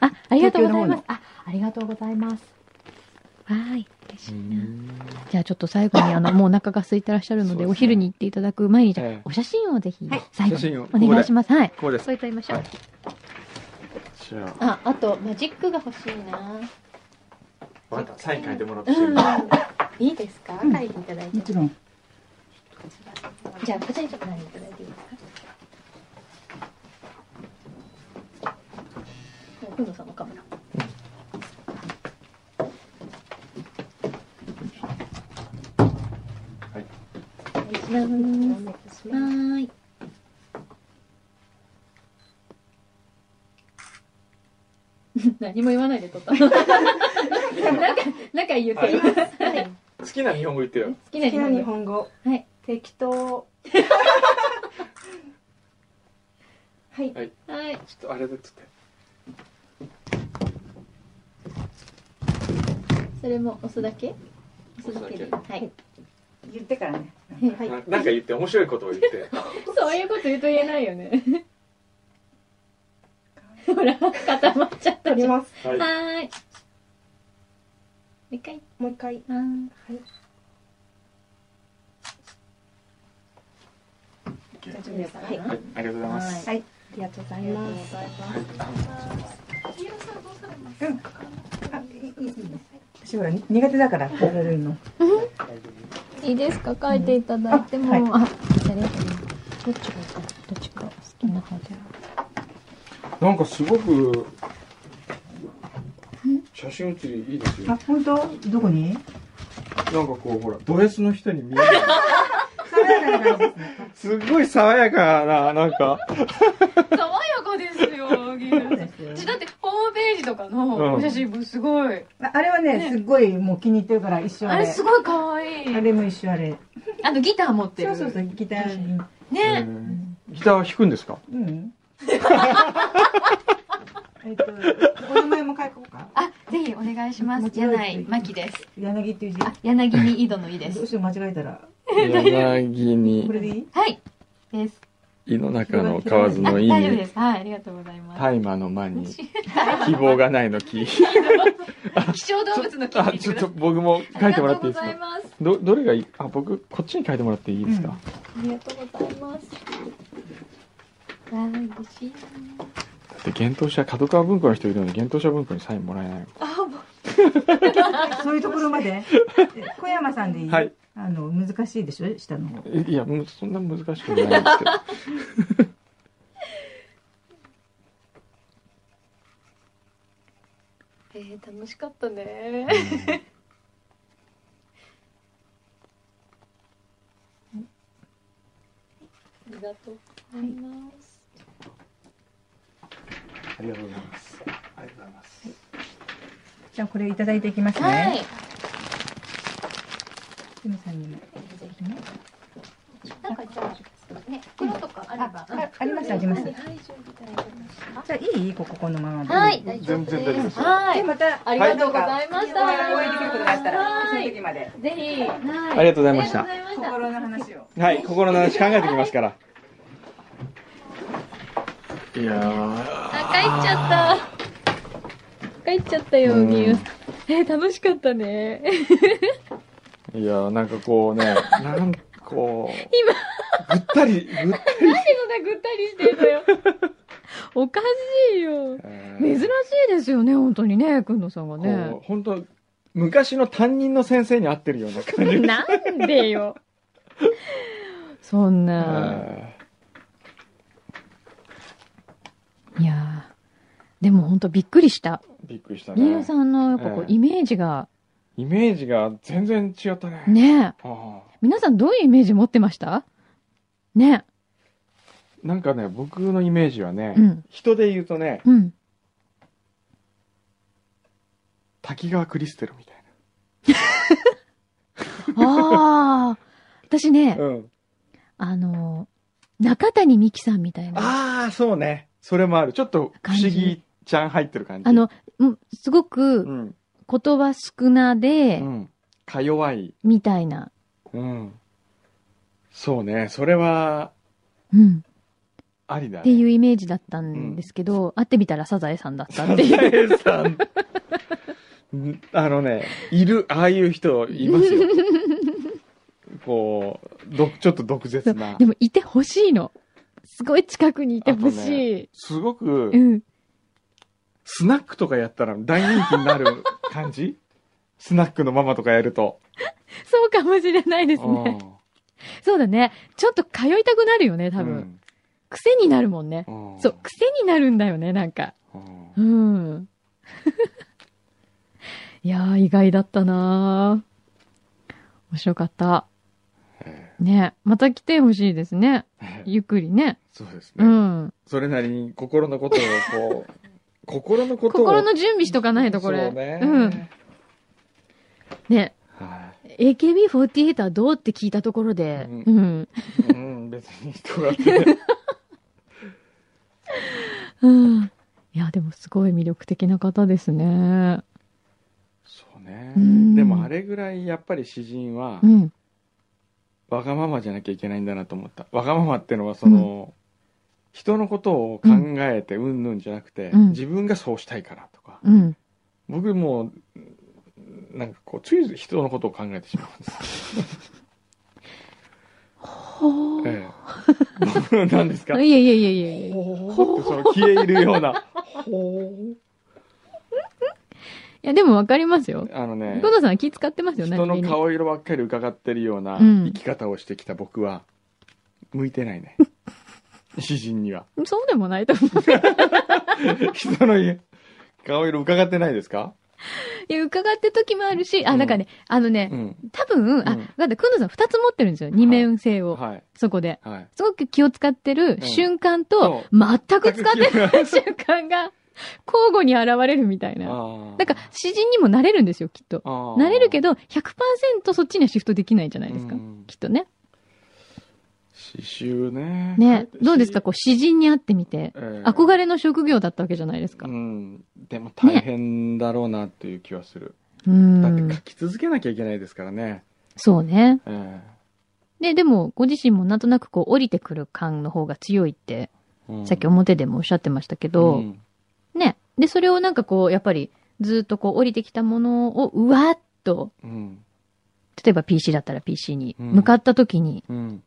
Speaker 2: あ、ありがとうございます。あ、ありがとうございます。わーい。嬉し
Speaker 1: ー
Speaker 2: いうなんじゃあちょっと最後に、
Speaker 1: [LAUGHS]
Speaker 2: あの、もうお腹が空いてらっしゃるの
Speaker 1: そう
Speaker 2: で、
Speaker 1: ですね
Speaker 2: お昼に行っていただく前に、じゃあ
Speaker 1: ええ
Speaker 2: お写真をぜひ、最後
Speaker 1: 写
Speaker 2: に
Speaker 1: 真を
Speaker 2: お
Speaker 1: ここで
Speaker 2: 願いします。はい。
Speaker 1: こうです。
Speaker 2: 添えてみましょう。
Speaker 1: はいじゃ
Speaker 2: あ、あと、マジックが欲しいな。
Speaker 1: あ、またサイン書いてもらって
Speaker 2: うん
Speaker 1: る。あ。
Speaker 2: いいですか
Speaker 3: うん
Speaker 2: 書いていただいて
Speaker 3: も。ちろん。
Speaker 2: じゃあ、こちらにちょっと何いただいていいですか。もう、くんどさんのカメラ。
Speaker 1: はい。
Speaker 2: お願いします。は [LAUGHS] ーい。何も言わないで撮 [LAUGHS] った。なんか、なんか言って。はい
Speaker 1: 好きな日本語言ってよ。
Speaker 2: 好きな日本語。
Speaker 3: 本語。
Speaker 2: はい。
Speaker 3: 適当。はい。
Speaker 2: はい。
Speaker 1: ちょっとあれだってって。
Speaker 2: それも押すだけ。押すだけで。
Speaker 1: 押
Speaker 2: はい。
Speaker 3: 言ってからね。
Speaker 2: はい。
Speaker 1: ななんか言って、面白いことを言って。
Speaker 2: そういうこと言うと言えないよね。 [LAUGHS] ほら、固まっちゃったじゃん。は
Speaker 3: ます。
Speaker 1: はい。
Speaker 2: ーい。もう一回。
Speaker 3: もう一回。
Speaker 2: はーい
Speaker 3: 大丈
Speaker 2: 夫ですかはい
Speaker 1: はい、ありがとうございます。
Speaker 3: はい。ありがとうござ
Speaker 2: あ
Speaker 3: い
Speaker 2: りがとうご
Speaker 3: ます。
Speaker 2: ざいます。
Speaker 3: あ、いい、いい。私ほら苦手だから、やられるの。
Speaker 2: いいですか書いていただいても。
Speaker 3: うん
Speaker 2: あ、ありがとうございます。どっちがいいか、どっちか好きな方で。
Speaker 1: なんかすごく。写真写りいいですよ。な
Speaker 3: あ
Speaker 1: ん、
Speaker 3: 本当どこに
Speaker 1: かこう、ほら、ド S の人に見える。
Speaker 3: 爽やかな感じですね
Speaker 1: [LAUGHS] すごい爽やかな、なんか。
Speaker 2: 爽やかですよ、ギルさん。ちだってホームページとかのお写真もすごい。
Speaker 3: ああれはね、すっごいもう気に入ってるから、一緒
Speaker 2: あ
Speaker 3: あれ。
Speaker 2: れすごい可愛
Speaker 3: あ
Speaker 2: い。
Speaker 3: れも一緒あれ。
Speaker 2: あのギター持って
Speaker 3: そう
Speaker 2: る。
Speaker 3: そうそう、ギターに。
Speaker 1: え
Speaker 2: ね。
Speaker 1: ーギター弾くんですか。
Speaker 3: [LAUGHS] うん。えっと、お名前も書こうか。
Speaker 2: あ、ぜひお願いします。柳井真希です。
Speaker 3: 柳っていう字。
Speaker 2: あ、柳に井戸の井で
Speaker 3: ど
Speaker 2: す。
Speaker 3: うしよう間違えたら。
Speaker 1: 柳に
Speaker 3: これでいい
Speaker 2: はい。です。
Speaker 1: 井の中
Speaker 3: の蛙
Speaker 2: あ、大丈夫です。はい、ありがとうございます。
Speaker 1: 大麻の間に希望がないの木。
Speaker 2: 希少動物の木
Speaker 1: あ、
Speaker 2: に
Speaker 1: ち
Speaker 2: し
Speaker 1: ょって
Speaker 2: くだ
Speaker 1: と
Speaker 2: さい。
Speaker 1: 僕も書いてもらっていいで
Speaker 2: あ
Speaker 1: すか。
Speaker 2: りがとうございます。
Speaker 1: ど、どれがいい、あ、僕、こっちに書いてもらっていいです
Speaker 3: う
Speaker 1: か
Speaker 3: ん。
Speaker 2: ありがとうございます。わあ、嬉しいな。
Speaker 1: で、幻冬舎、角川文庫の人いるのに、幻冬舎文庫にサインもらえないの。
Speaker 2: あ、もう
Speaker 3: そういうところま [LAUGHS] で。え小山さんでいい。
Speaker 1: はい。
Speaker 3: あの、難しいでしょ下の方。
Speaker 1: えいや、むそんな難しくないんですけど。
Speaker 2: えー、楽しかったね。ありがとうございます。
Speaker 1: ありがとうございます。ありがとうございます。
Speaker 3: じゃあこれいただいていきますね。
Speaker 2: はい。
Speaker 3: 小山さんにも。
Speaker 2: なんかじゃあ、ね、袋とかあれば。
Speaker 3: あありますあります
Speaker 2: はい、準備いただいてま
Speaker 3: じゃあいいこここのままで。
Speaker 2: すはい、大丈夫
Speaker 1: 全然大丈夫
Speaker 2: で。
Speaker 1: ですす
Speaker 2: は
Speaker 3: で、
Speaker 2: い。
Speaker 3: また、
Speaker 2: ありがとうございました。
Speaker 3: お会いできることがあったら、そ
Speaker 2: は
Speaker 3: の
Speaker 2: い
Speaker 3: 時。まで。
Speaker 2: ぜひ、はい。
Speaker 1: ありがとうございました
Speaker 2: ありがとうございま
Speaker 3: 心の話を。
Speaker 1: はい、心の話考えてきますから。いやー、
Speaker 2: あ、帰っちゃった。帰っちゃったよ、
Speaker 1: うん
Speaker 2: みゆさん。えー、楽しかったね。
Speaker 1: [LAUGHS] いやー、なんかこうね、なんかこう。ぐったり、ぐったり。
Speaker 2: なんでそんなぐったりしてんのよ。おかしいよ。珍しいですよね、本当にね、くんのさんがね
Speaker 1: こ。う本当昔の担任の先生に合ってるような感じが
Speaker 2: なんでよ。そんな。
Speaker 1: はい
Speaker 2: やーでも本当びっくりした。
Speaker 1: いびっくりした
Speaker 2: みゆ
Speaker 1: ね
Speaker 2: さんのやっぱこう
Speaker 1: ええ
Speaker 2: イメージが、
Speaker 1: イメージが全然違ったね
Speaker 2: ねえ
Speaker 1: ああ
Speaker 2: 皆さんどういうイメージ持ってましたね
Speaker 1: なんかね僕のイメージはね、
Speaker 2: うん
Speaker 1: 人で言うとね
Speaker 2: えうん。
Speaker 1: 滝川クリステルみたい
Speaker 2: ああ。私ね
Speaker 1: な、、うん、
Speaker 2: あのー中谷美紀さんみたいな。
Speaker 1: ああそうねそれもあるちょっと不
Speaker 2: 感じ
Speaker 1: 思議ちゃん入ってる感じ
Speaker 2: あの、うんすご
Speaker 1: う
Speaker 2: く
Speaker 1: ん、
Speaker 2: 言葉少な
Speaker 1: う
Speaker 2: で、
Speaker 1: ん、か弱い
Speaker 2: みたいな。
Speaker 1: うんそうねそれは
Speaker 2: うん。
Speaker 1: ありだね
Speaker 2: っていうイメージだったんですけど、会ってみたらサザエさんだった
Speaker 1: サ
Speaker 2: っ
Speaker 1: ザ
Speaker 2: ていう。
Speaker 1: エさん。んあのね、いる、ああいう人います
Speaker 2: [LAUGHS]
Speaker 1: よ。こう、ど、ちょっと毒舌な
Speaker 2: [LAUGHS] で。もいてほしいの。すごい近くにいてほし
Speaker 1: すご
Speaker 2: い。う
Speaker 1: く、
Speaker 2: ん。
Speaker 1: スナックとかやったら大人気になる感
Speaker 2: [LAUGHS]
Speaker 1: じスナックのママとかやると。
Speaker 2: そうかもしれないですね。
Speaker 1: う
Speaker 2: そうだね。ちょっと通いたくなるよね、多分。
Speaker 1: ん
Speaker 2: 癖になるもんね。
Speaker 1: うん
Speaker 2: そう、癖になるんだよね、なんか。
Speaker 1: うん
Speaker 2: うん。いやー、意外だったなー面白かった。
Speaker 1: え
Speaker 2: ね。また来てほしいですね。
Speaker 1: え
Speaker 2: ゆっくりね。
Speaker 1: そうです
Speaker 2: う
Speaker 1: ね。
Speaker 2: ん。
Speaker 1: それなりに心のことをこ
Speaker 2: [LAUGHS]
Speaker 1: う、心のことを。
Speaker 2: 心の準備しとかないと、これ。
Speaker 1: そうね。
Speaker 2: うん。ね。
Speaker 1: はい
Speaker 2: AKB48 はどうって聞いたところで、
Speaker 1: う
Speaker 2: うん。
Speaker 1: うん、別に人がって。
Speaker 2: うん。いや、でもすごい魅力的な方ですね。
Speaker 1: そうね
Speaker 2: う。ん
Speaker 1: でもあれぐらいやっぱり詩人は
Speaker 2: う、ん。
Speaker 1: わがままじゃなきゃいけないんだなと思った。わがままってのはその、人のことを考えてうんぬんじゃなくて、
Speaker 2: うん
Speaker 1: 自分がそうしたいからとか。
Speaker 2: うん。
Speaker 1: 僕もう、なんかこう、ついつい人のことを考えてしまうんです。
Speaker 2: ほー。
Speaker 1: ええ。 [LAUGHS] 僕なんですか
Speaker 2: いやいやいやいやいやい
Speaker 1: ほーってその消え入るような。ほ
Speaker 2: や、でもわかりますよ。
Speaker 1: ー。あのね
Speaker 2: 久、野さんは気使ってますよ、
Speaker 1: 人
Speaker 2: 何気
Speaker 1: の
Speaker 2: に。
Speaker 1: 顔色ばっかり伺ってるような
Speaker 2: うん
Speaker 1: 生き方をしてきた僕は、向いてないね。 [LAUGHS] 詩人には。 [LAUGHS]
Speaker 2: そうでもないと思う。
Speaker 1: 人の家顔色伺ってないですか
Speaker 2: いや、伺ってる時もあるし、あ、
Speaker 1: うん
Speaker 2: なんかね、あのね
Speaker 1: う、ん。
Speaker 2: 多分、あ
Speaker 1: うん、
Speaker 2: だって久野さん二つ持ってるんですよ、二面性を。
Speaker 1: はい。
Speaker 2: そこで。
Speaker 1: はい。
Speaker 2: すごく気を使ってる
Speaker 1: ん
Speaker 2: 瞬間と
Speaker 1: そ、
Speaker 2: 全く使
Speaker 1: [LAUGHS]
Speaker 2: って
Speaker 1: る
Speaker 2: ない瞬間が、交互に現れるみたいな。だから、詩人にもなれるんですよ、きっと。
Speaker 1: ら
Speaker 2: なれるけ
Speaker 1: ど
Speaker 2: ど、100%そっちにはシフトできないじゃないですか。
Speaker 1: うん
Speaker 2: きっとね。
Speaker 1: 刺繍ね。
Speaker 2: ね。どうですかこう、詩人に会ってみて。憧
Speaker 1: れ
Speaker 2: れの職業だったわけじゃないですか。
Speaker 1: うん。でも大変だろうなっていう気はする。
Speaker 2: う
Speaker 1: だって
Speaker 2: ん
Speaker 1: 書。き続けなきゃいけないですからね。
Speaker 2: そうね。
Speaker 1: ええ
Speaker 2: で、でも、ご自身もなんとなくこう、降りてくる感の方が強いって、
Speaker 1: うん
Speaker 2: さっき表でもおっしゃってましたけ
Speaker 1: う
Speaker 2: ど、
Speaker 1: ん
Speaker 2: ね。で、それをなんかこう、やっぱり、ずっとこう、降りてきたものを、うわっと、
Speaker 1: うん。
Speaker 2: 例えば PC だったら PC に、
Speaker 1: うん
Speaker 2: 向かった時に
Speaker 1: うん。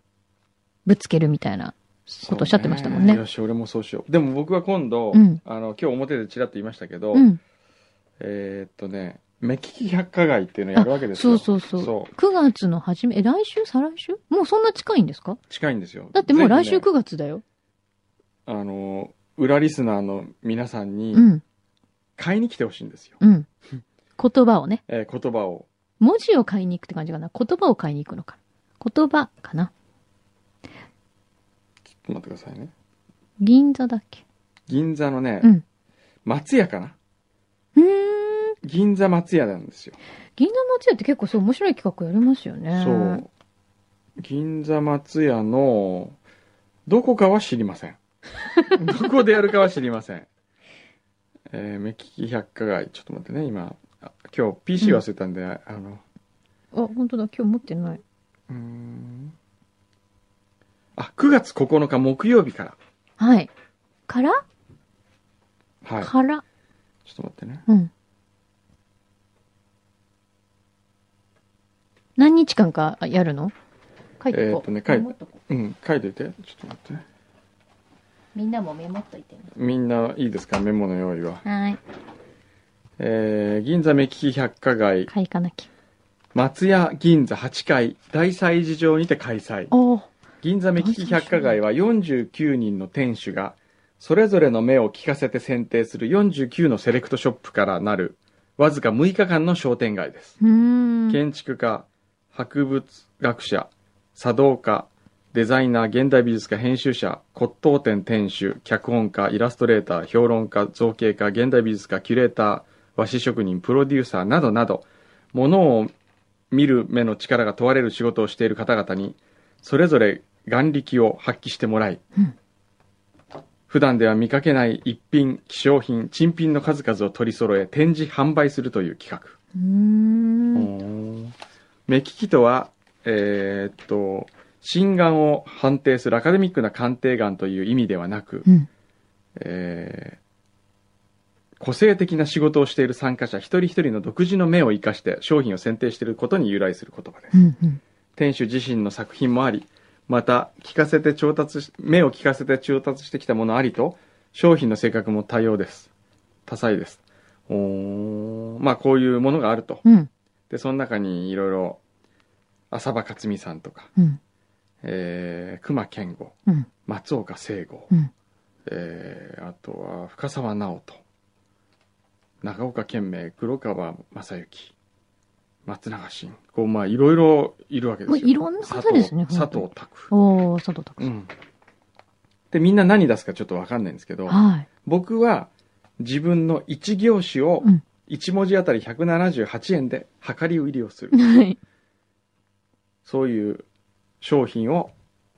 Speaker 2: ぶつけるみたいな。
Speaker 1: そう
Speaker 2: とおっしゃってましたもんね
Speaker 1: よし、俺もそうしよう。でも僕は今度、
Speaker 2: うん
Speaker 1: あの、今日表でちらっと言いましたけど、
Speaker 2: うん。
Speaker 1: えーっとね、目利き百科街っていうのやるわけです
Speaker 2: そ
Speaker 1: よ。
Speaker 2: うそうそう。
Speaker 1: そ
Speaker 2: 9月の初め、え、来週再来週もうそんな近いんですか
Speaker 1: 近いんですよ。
Speaker 2: だってもう来週
Speaker 1: ぜひね
Speaker 2: 9月だよ。
Speaker 1: あの、裏リスナーの皆さんに
Speaker 2: うん、
Speaker 1: 買いに来てほしいんですよ。
Speaker 2: うん。言葉をね。
Speaker 1: えー言葉を。
Speaker 2: 文字を買いに行くって感じかな。言葉を買いに行くのかな。言葉かな。
Speaker 1: ちょっと待ってくださいね。
Speaker 2: 銀座だっけ。
Speaker 1: 銀座のね、
Speaker 2: うん
Speaker 1: 松屋かな
Speaker 2: うーん。
Speaker 1: 銀座松屋なんですよ。
Speaker 2: 銀座松屋って結構そう面白い企画やりますよね。
Speaker 1: そう。銀座松屋の、どこかは知りません。どこでやるかは知りません。えー、目利き百科街。ちょっと待ってね、今。あ今日 PC 忘れたんで、あの、
Speaker 2: あ、本当だ。今日持ってない。
Speaker 1: うーん。あ、9月9日木曜日から。
Speaker 2: はい。から、
Speaker 1: はい。ちょ
Speaker 2: から。
Speaker 1: っと待ってね。
Speaker 2: うん。何日間かやるの書いて
Speaker 1: えー
Speaker 2: こ
Speaker 1: っ
Speaker 2: う。
Speaker 1: とね書いて
Speaker 2: メモっとこう
Speaker 1: うん、書いといて。ちょっと待ってね。
Speaker 2: みんなもメモっといてね。
Speaker 1: みんないいですかメモの用意は。
Speaker 2: はい。
Speaker 1: えー銀座目利き百貨街、
Speaker 2: 買いかなきゃ。
Speaker 1: 松屋銀座8階、大祭事場にて開催。
Speaker 2: おー
Speaker 1: 銀座目利き百貨街は49人の店主がそれぞれの目を利かせて選定する49のセレクトショップからなるわずか6日間の商店街です、
Speaker 2: うーん。
Speaker 1: 建築家博物学者茶道家デザイナー現代美術家編集者骨董店店主脚本家イラストレーター評論家造形家現代美術家キュレーター和紙職人プロデューサーなどなど物を見る目の力が問われる仕事をしている方々にそれぞれ眼力を発揮してもらい、
Speaker 2: うん
Speaker 1: 普段では見かけない一品希少品珍品の数々を取り揃え展示販売するという企画
Speaker 2: うーん。
Speaker 1: 目利きとは、えーっと、心眼を判定するアカデミックな鑑定眼という意味ではなく、
Speaker 2: うん。
Speaker 1: えー個性的な仕事をしている参加者一人一人の独自の目を生かして商品を選定していることに由来する言葉です。
Speaker 2: うん。うん。
Speaker 1: 店主自身の作品もあり、また、聞かせて調達し、目を聞かせて調達してきたものありと、商品の性格も多様です。多彩です。おーまあ、こういうものがあると。
Speaker 2: うん。
Speaker 1: でその中にいろいろ浅場克美さんとか、
Speaker 2: うん。
Speaker 1: えー、熊健吾
Speaker 2: うん。
Speaker 1: 松岡聖吾、
Speaker 2: うん
Speaker 1: えーあとは深沢直人長岡健明黒川正幸松永真こうまあいろいろいるわけですよ
Speaker 2: もういろんな方ですね
Speaker 1: 佐藤
Speaker 2: 本
Speaker 1: 佐
Speaker 2: 当に
Speaker 1: 藤拓
Speaker 2: おー、佐藤拓
Speaker 1: う
Speaker 2: さん。
Speaker 1: んでみんな何出すかちょっとわかんないんですけど
Speaker 2: はい。 [LAUGHS]
Speaker 1: 僕は自分の一行詞を
Speaker 2: うん
Speaker 1: 一文字あたり178円で量り売りをする、
Speaker 2: はい。
Speaker 1: そういう商品を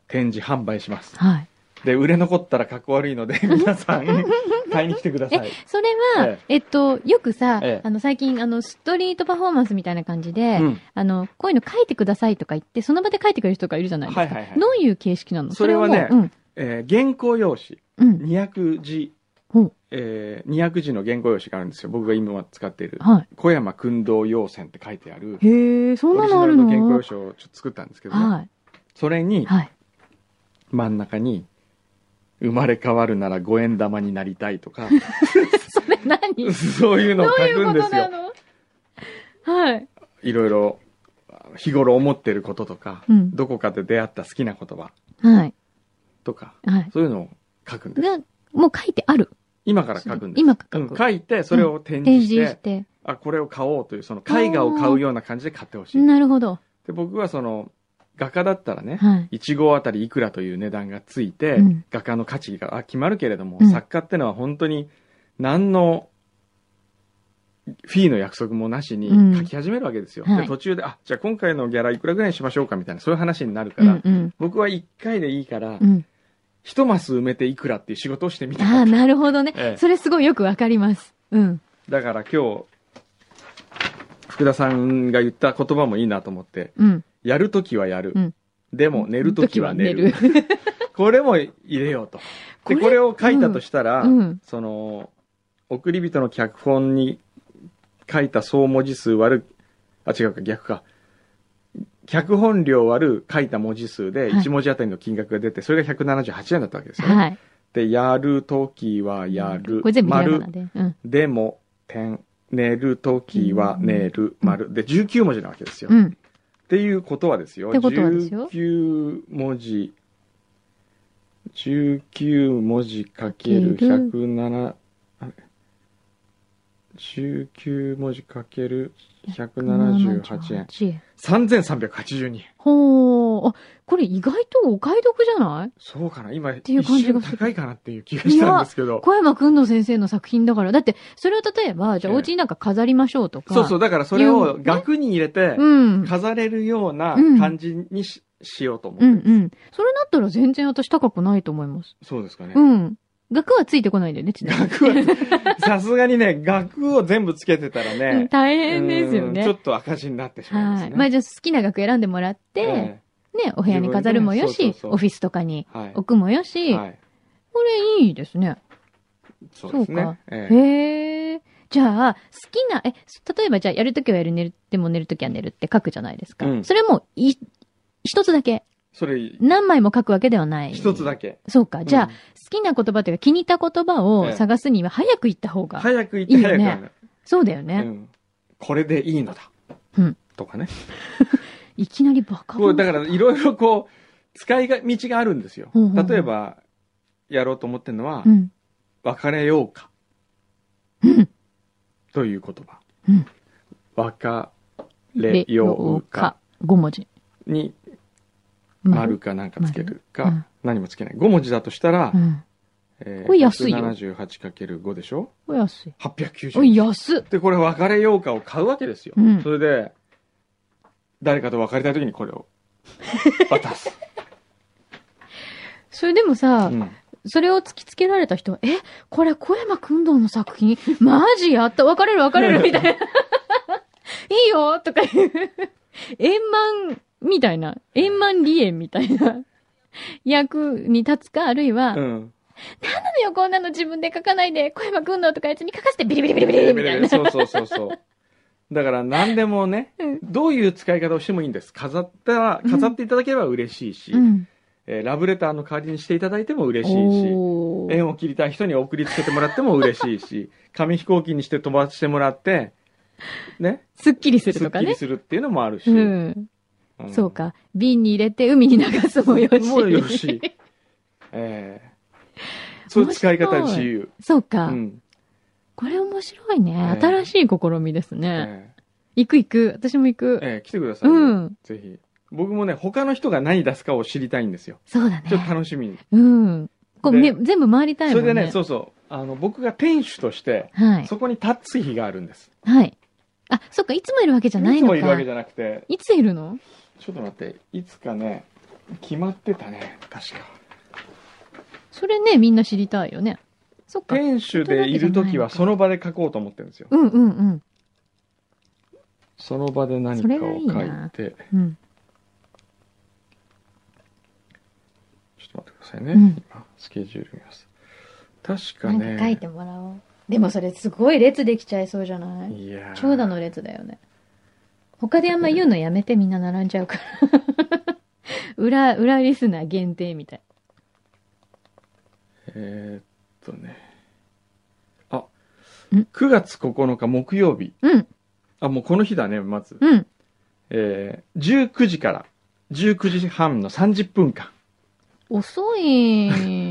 Speaker 1: 展示販売します。
Speaker 2: はい。
Speaker 1: で、売れ残ったらかっこ悪いので、 [LAUGHS] 皆さん、買いに来てください。
Speaker 2: それは
Speaker 1: え、
Speaker 2: えっと、よくさ
Speaker 1: ええ、
Speaker 2: あの、最近、あの、ストリートパフォーマンスみたいな感じで
Speaker 1: う、ん
Speaker 2: あの、こういうの書いてくださいとか言って、その場で書いてくれる人がいるじゃないですか。
Speaker 1: はいはいはい
Speaker 2: どういう形式なの
Speaker 1: それはね
Speaker 2: そもう
Speaker 1: えー原稿用紙、
Speaker 2: うん、うん。
Speaker 1: 200字
Speaker 2: ほう、
Speaker 1: えー200字の原稿用紙があるんですよ。僕が今使っている。
Speaker 2: はい。
Speaker 1: 小山君堂要線って書いてある、
Speaker 2: へえ、そ
Speaker 1: オ
Speaker 2: んな
Speaker 1: リジ
Speaker 2: のあ
Speaker 1: ナ
Speaker 2: る
Speaker 1: ル
Speaker 2: の
Speaker 1: の原稿用紙をちょっと作ったんですけどね。
Speaker 2: は
Speaker 1: それ
Speaker 2: い。
Speaker 1: に、
Speaker 2: はい。 [LAUGHS]
Speaker 1: 真ん中に、生まれ変わるなら五円玉になりたいとか、
Speaker 2: それ何どう
Speaker 1: [LAUGHS]
Speaker 2: い
Speaker 1: そういうのを書
Speaker 2: う
Speaker 1: く
Speaker 2: こ
Speaker 1: んで
Speaker 2: と
Speaker 1: す
Speaker 2: な
Speaker 1: よ。
Speaker 2: のはい。
Speaker 1: いろいろ、日頃思ってることとか、
Speaker 2: うん
Speaker 1: どこかで出会った好きな言葉
Speaker 2: はい。
Speaker 1: とか、
Speaker 2: はい。
Speaker 1: そういうのを書くんです。
Speaker 2: が、もう書いてある。
Speaker 1: 今から書くんです。
Speaker 2: 今書く
Speaker 1: うん書いて、それを展
Speaker 2: 展
Speaker 1: 示して、
Speaker 2: 示して。
Speaker 1: あ、これを買おうという、その絵画を買うような感じで買ってほしい。
Speaker 2: なるほど。
Speaker 1: で僕はその、画家だったらね、
Speaker 2: はい。
Speaker 1: 1号あたりいくらという値段がついて、
Speaker 2: うん
Speaker 1: 画家の価値があ決まるけれども、
Speaker 2: うん
Speaker 1: 作家ってのは本当に何のフィーの約束もなし
Speaker 2: うん
Speaker 1: に書き始めるわけですよ。
Speaker 2: は
Speaker 1: で
Speaker 2: い
Speaker 1: 途中で、あ、じゃあ今回のギャラいくらぐらいにしましょうかみたいな、そういう話になるか
Speaker 2: う
Speaker 1: ら、
Speaker 2: んうん。
Speaker 1: 僕は1回でいいから
Speaker 2: う、ん。
Speaker 1: 一、マス埋めていくらっていう仕事をしてみた
Speaker 2: あ
Speaker 1: か
Speaker 2: あ、
Speaker 1: った。
Speaker 2: なるほど
Speaker 1: え
Speaker 2: ね。
Speaker 1: え
Speaker 2: それすごいよくわかります。うん。
Speaker 1: だから今日、福田さんが言った言葉もいいなと思って、
Speaker 2: うん。
Speaker 1: やるときはやる。
Speaker 2: うん
Speaker 1: でも寝るときは寝る。
Speaker 2: 時は寝る
Speaker 1: これも入れようと。
Speaker 2: こ
Speaker 1: で、
Speaker 2: れ
Speaker 1: これを書いたとしたら、
Speaker 2: [LAUGHS] うん。
Speaker 1: その、送り人の脚本に書いた総文字数割る、あ、違うか、逆か。脚本量割る書いた文字数で
Speaker 2: はい
Speaker 1: 1文字あたりの金額が出て、それが178円だったわけですよね。
Speaker 2: はい。
Speaker 1: で、やるときはやる。
Speaker 2: これ全部ひらがな
Speaker 1: 丸、
Speaker 2: で。うん。
Speaker 1: でも、点。寝るときは寝る、
Speaker 2: うん
Speaker 1: 丸。で、19文字なわけですよ。
Speaker 2: う
Speaker 1: っ
Speaker 2: ん。
Speaker 1: ていうことはですよ。
Speaker 2: ってことはですよ
Speaker 1: 19文字。19文字かける107、あれ ?19 文字かける178円。
Speaker 2: 円。
Speaker 1: 3382円。
Speaker 2: ほー。あ、これ意外とお買い得じゃない
Speaker 1: そうかな今、
Speaker 2: ていう
Speaker 1: 一
Speaker 2: 感じが
Speaker 1: 瞬
Speaker 2: する
Speaker 1: 高いかなっていう気がしたんですけど。
Speaker 2: 小山くんの先生の作品だから。だって、それを例えば、じゃあ
Speaker 1: ええ
Speaker 2: お家になんか飾りましょうとか。
Speaker 1: そうそう、だからそれ
Speaker 2: いう
Speaker 1: を
Speaker 2: ね
Speaker 1: 額に入れて、
Speaker 2: うん。うん
Speaker 1: 飾れるような
Speaker 2: うん
Speaker 1: 感じにし,、ようと思っ
Speaker 2: う
Speaker 1: て
Speaker 2: ん
Speaker 1: る、
Speaker 2: うん。それだったら全然私高くないと思います。
Speaker 1: そうですかね。
Speaker 2: うん。額はついてこないんだよね、ちなみに
Speaker 1: 額は、さすがにね、額を全部つけてたら
Speaker 2: うん
Speaker 1: ね、
Speaker 2: [LAUGHS] 大変ですよ
Speaker 1: うんちょ
Speaker 2: ね。
Speaker 1: っと赤字になってしまいます
Speaker 2: はい。
Speaker 1: ね。
Speaker 2: まあじゃあ好きな額選んでもらって、
Speaker 1: え
Speaker 2: ね、お部屋に飾るもよ
Speaker 1: 自分でね
Speaker 2: し、
Speaker 1: そうそうそう
Speaker 2: オフィスとかに
Speaker 1: えはい
Speaker 2: 置くもよし、
Speaker 1: はい。
Speaker 2: これいいですね。
Speaker 1: そうです
Speaker 2: そう
Speaker 1: ね
Speaker 2: か。
Speaker 1: ええ
Speaker 2: へえ。じゃあ、好きな、え、例えばじゃあやるときはやる、寝る、でも寝るときは寝るって書くじゃないですか。
Speaker 1: うん
Speaker 2: それも、い、一つだけ。
Speaker 1: それ、
Speaker 2: 何枚も書くわけではない。
Speaker 1: 一つだけ。
Speaker 2: そうか。じゃ
Speaker 1: う
Speaker 2: あ、
Speaker 1: ん
Speaker 2: 好きな言葉というか気に入った言葉を探すには早く行った方が。
Speaker 1: 早く行って
Speaker 2: いいよ
Speaker 1: 早く
Speaker 2: ね
Speaker 1: やる
Speaker 2: そうだよ
Speaker 1: う
Speaker 2: ね。
Speaker 1: ん、これでいいのだ、
Speaker 2: うん
Speaker 1: とかね
Speaker 2: いきなりバカ
Speaker 1: こうだから
Speaker 2: ら、
Speaker 1: いろいろこう使いが道があるんですよ、
Speaker 2: うんうんうん
Speaker 1: 例えばやろうと思ってるのは、
Speaker 2: うん。
Speaker 1: 別れようか
Speaker 2: うん。
Speaker 1: という言葉、
Speaker 2: うん
Speaker 1: 別れようか。
Speaker 2: 5文字。
Speaker 1: に丸
Speaker 2: 丸
Speaker 1: かなんかつけるか、
Speaker 2: 丸うん
Speaker 1: 何もつけない5文字だとしたら、
Speaker 2: うん。
Speaker 1: え
Speaker 2: これ安いよ
Speaker 1: 78×5 でしょ
Speaker 2: お安い。
Speaker 1: 890
Speaker 2: おい、安っ。
Speaker 1: で、これ別れようかを買うわけですよ。
Speaker 2: うん
Speaker 1: それで、誰かと別れたい時にこれを
Speaker 2: [LAUGHS]
Speaker 1: 渡す。
Speaker 2: それでも
Speaker 1: う
Speaker 2: さ、
Speaker 1: ん、
Speaker 2: それを突きつけられた人は、え、これ小山君堂の作品マジやった別れる別れるみたいな。いいよとか言う。円満みたいな。円満離縁みたいな。役に立つか、あるいは、
Speaker 1: う
Speaker 2: なん
Speaker 1: ん。
Speaker 2: だよ、こんなの自分で書かないで、小山君堂とかやつに書かせてビリビリビリビリみたいな。
Speaker 1: そうそうそうそう。だから何でもね
Speaker 2: うん、
Speaker 1: どういう使い方をしてもいいんです。飾ったら、
Speaker 2: うん
Speaker 1: 飾っていただければ嬉しいし、
Speaker 2: うん。
Speaker 1: えーラブレターの代わりにしていただいても嬉しいし、
Speaker 2: おー
Speaker 1: 縁を切りたい人に送りつけてもらっても嬉しいし、 [LAUGHS] 紙飛行機にして飛ばしてもらって、ね、
Speaker 2: すっきり
Speaker 1: す
Speaker 2: す
Speaker 1: っ
Speaker 2: るとか
Speaker 1: きり
Speaker 2: ね。
Speaker 1: するっていうのもあるし、
Speaker 2: うん。
Speaker 1: ん
Speaker 2: そうか。瓶に入れて海に流すもよし。
Speaker 1: もうよし。ええそういう使い方自由。
Speaker 2: そう
Speaker 1: う
Speaker 2: か。
Speaker 1: ん。
Speaker 2: これ面白いね。
Speaker 1: ええ
Speaker 2: 新しい試みですね。
Speaker 1: え
Speaker 2: 行く行く。私も行
Speaker 1: え
Speaker 2: く。
Speaker 1: ええ来てくださいよ。
Speaker 2: うん。
Speaker 1: ぜひ。僕もね、他の人が何出すかを知りたいんですよ。
Speaker 2: そうだ
Speaker 1: ちょっと
Speaker 2: ね。
Speaker 1: 楽しみに。
Speaker 2: うん。こう、
Speaker 1: で
Speaker 2: ね、全部回りたい
Speaker 1: そ
Speaker 2: も
Speaker 1: れ
Speaker 2: んね。
Speaker 1: でね、そうそう。あの、僕が店主として、
Speaker 2: はい。
Speaker 1: そこに立つ日があるんです。
Speaker 2: はい。あ、そっか、いつもいるわけじゃないい
Speaker 1: つ
Speaker 2: のか。
Speaker 1: もいるわけじゃなくて、
Speaker 2: いついるの
Speaker 1: ちょっと待って、いつかね、決まってたね、確か。
Speaker 2: それね、みんな知りたいよね。そっか。
Speaker 1: 店主でいるときはその場で書こうと思ってるんですよ。
Speaker 2: うんうんうん。
Speaker 1: その場で何か
Speaker 2: そ
Speaker 1: を
Speaker 2: れがいい
Speaker 1: 書い
Speaker 2: な
Speaker 1: て、
Speaker 2: うん。
Speaker 1: ちょっと待ってくださいね。
Speaker 2: うん
Speaker 1: 今スケジュール見ます。確か
Speaker 2: なん
Speaker 1: ね。
Speaker 2: か書いてもらおう。でもそれすごい列できちゃいそうじゃない
Speaker 1: いやー
Speaker 2: 長蛇の列だよね。他であんま言うのやめてみんな並んじゃうから。 [LAUGHS] 裏、裏リスナー限定みたい。
Speaker 1: えーっとね。あ、
Speaker 2: ん
Speaker 1: 9月9日木曜日。
Speaker 2: うん、
Speaker 1: あ、もうこの日だね、まず。
Speaker 2: うん。
Speaker 1: えー、19時から19時半の30分間。
Speaker 2: 遅い。はい。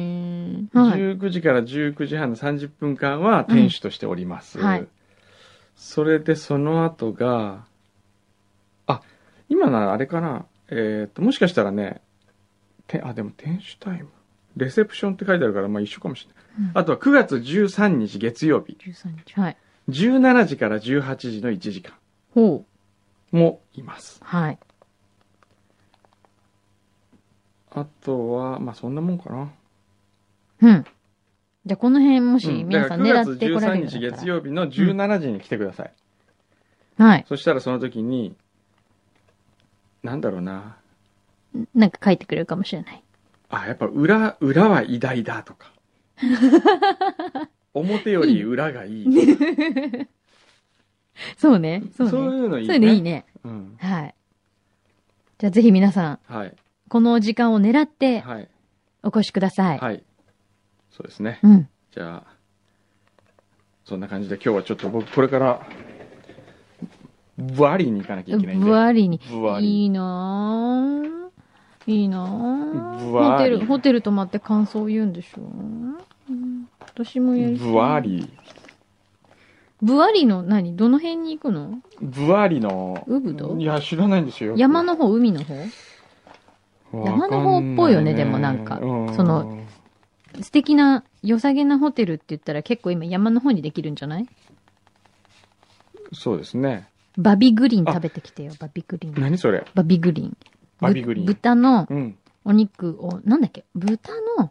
Speaker 1: 19時から19時半の30分間は店主としております。
Speaker 2: うんはい
Speaker 1: それでその後が、あ、今ならあれかな。えーっと、もしかしたらね、てあ、でも店主タイム。レセプションって書いてあるから、まあ一緒かもしれない。
Speaker 2: うん
Speaker 1: あとは9月13日月曜日。
Speaker 2: 13日。はい。
Speaker 1: 17時から18時の1時間
Speaker 2: ほう。
Speaker 1: もいます。
Speaker 2: はい。
Speaker 1: あとは、まあそんなもんかな。
Speaker 2: うん。じゃあ、この辺、もし、
Speaker 1: うん
Speaker 2: 皆さん
Speaker 1: だから
Speaker 2: 狙
Speaker 1: 9
Speaker 2: っ
Speaker 1: 月
Speaker 2: てこられる
Speaker 1: 13
Speaker 2: んだ
Speaker 1: 日
Speaker 2: ったら
Speaker 1: 月曜日の17時に来てください。
Speaker 2: はい。
Speaker 1: そしたらその時に、なんだろうな。
Speaker 2: なんか書いてくれるかもしれない。
Speaker 1: あ、やっぱ裏、裏は偉大だと
Speaker 2: [LAUGHS]
Speaker 1: か。表より裏がいい。
Speaker 2: そうね。そうね。
Speaker 1: そう
Speaker 2: そう
Speaker 1: いうのいいね。
Speaker 2: いうのいいね。
Speaker 1: うん。
Speaker 2: はい。じゃあ、ぜひ皆さん、
Speaker 1: はい。
Speaker 2: この時間を狙って、
Speaker 1: はい。
Speaker 2: お越しください。
Speaker 1: はい。そうですね。
Speaker 2: うん。
Speaker 1: じゃあ、そんな感じで今日はちょっと僕これから、ブワリに行かなきゃいけないんで。
Speaker 2: ぶわりに。
Speaker 1: ブワリ。
Speaker 2: いいなぁ。いいなぁ。
Speaker 1: ぶわ
Speaker 2: ホテ
Speaker 1: り
Speaker 2: ル、ホテル泊まって感想言うんでしょ、うん、私もやりたい。
Speaker 1: ブワ。リ。
Speaker 2: ぶわりの何どの辺に行くの
Speaker 1: ブワリの。
Speaker 2: ウブド
Speaker 1: いや、知らないんですよ。
Speaker 2: 山の方、海の方山の方っぽいよねでもなんかその、素敵な、良さげなホテルって言ったら結構今山の方にできるんじゃない
Speaker 1: そうですね。
Speaker 2: バビグリーン食べてきてよ、バビグリーン。
Speaker 1: 何それ
Speaker 2: バビグリーン。
Speaker 1: バビグリーン
Speaker 2: ぶ豚の
Speaker 1: うん。
Speaker 2: お肉を、なんだっけ豚の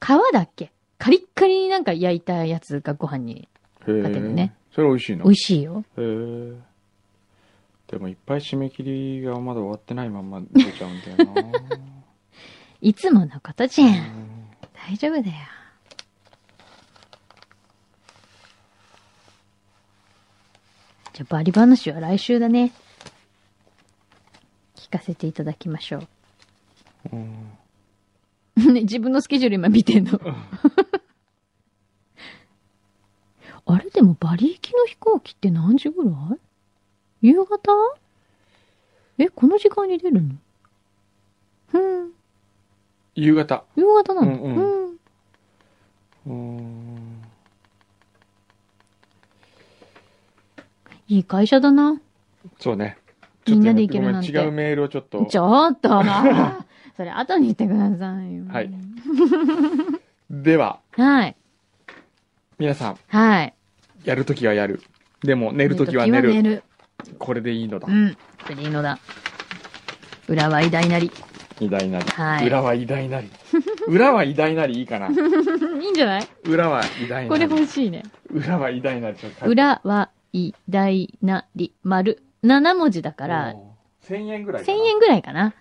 Speaker 2: 皮だっけカリッカリになんか焼いたやつがご飯に
Speaker 1: へえ
Speaker 2: だけどね。
Speaker 1: それ美味しいの
Speaker 2: 美味しいよ。
Speaker 1: へえ。でもいっぱい締め切りがまだ終わってないまんま出ちゃうんだよな。
Speaker 2: いつものことじゃ。
Speaker 1: うん
Speaker 2: [LAUGHS]
Speaker 1: ん
Speaker 2: 大丈夫だよ。じゃあ、バリ話は来週だね。聞かせていただきましょ
Speaker 1: うん
Speaker 2: う。 [LAUGHS] ね、自分 [LAUGHS] のスケジュール今見てんの。あれでもバリ行きの飛行機って何時ぐらい夕方え、この時間に出るのふん、
Speaker 1: 夕方。
Speaker 2: 夕方なの
Speaker 1: う
Speaker 2: うんん、
Speaker 1: ううーん。
Speaker 2: いい会社だな。
Speaker 1: そうね。
Speaker 2: みんなで行けるなんて
Speaker 1: ちょっとやめごめ違うメールをちょっと。
Speaker 2: ちょっ
Speaker 1: [LAUGHS]
Speaker 2: となあそれ後に言ってくださいよ。
Speaker 1: はい。では、
Speaker 2: はい。
Speaker 1: 皆さん、
Speaker 2: はい。
Speaker 1: やるときはやる。でも、寝るときは寝る。これでいいのだ
Speaker 2: う。ん。それでいいのだ。裏は偉大なり。
Speaker 1: 偉大なり。
Speaker 2: はい
Speaker 1: 裏は偉大なり。裏は偉大なりいいかな。
Speaker 2: いいんじゃない
Speaker 1: 裏は偉大
Speaker 2: こ
Speaker 1: な
Speaker 2: れ
Speaker 1: り。
Speaker 2: 欲しいね。
Speaker 1: 裏は偉大なり。ちょっと書いて
Speaker 2: 裏は偉大なり、丸。7文字だから、
Speaker 1: おー1000円ぐらい
Speaker 2: 1000円ぐらいかな。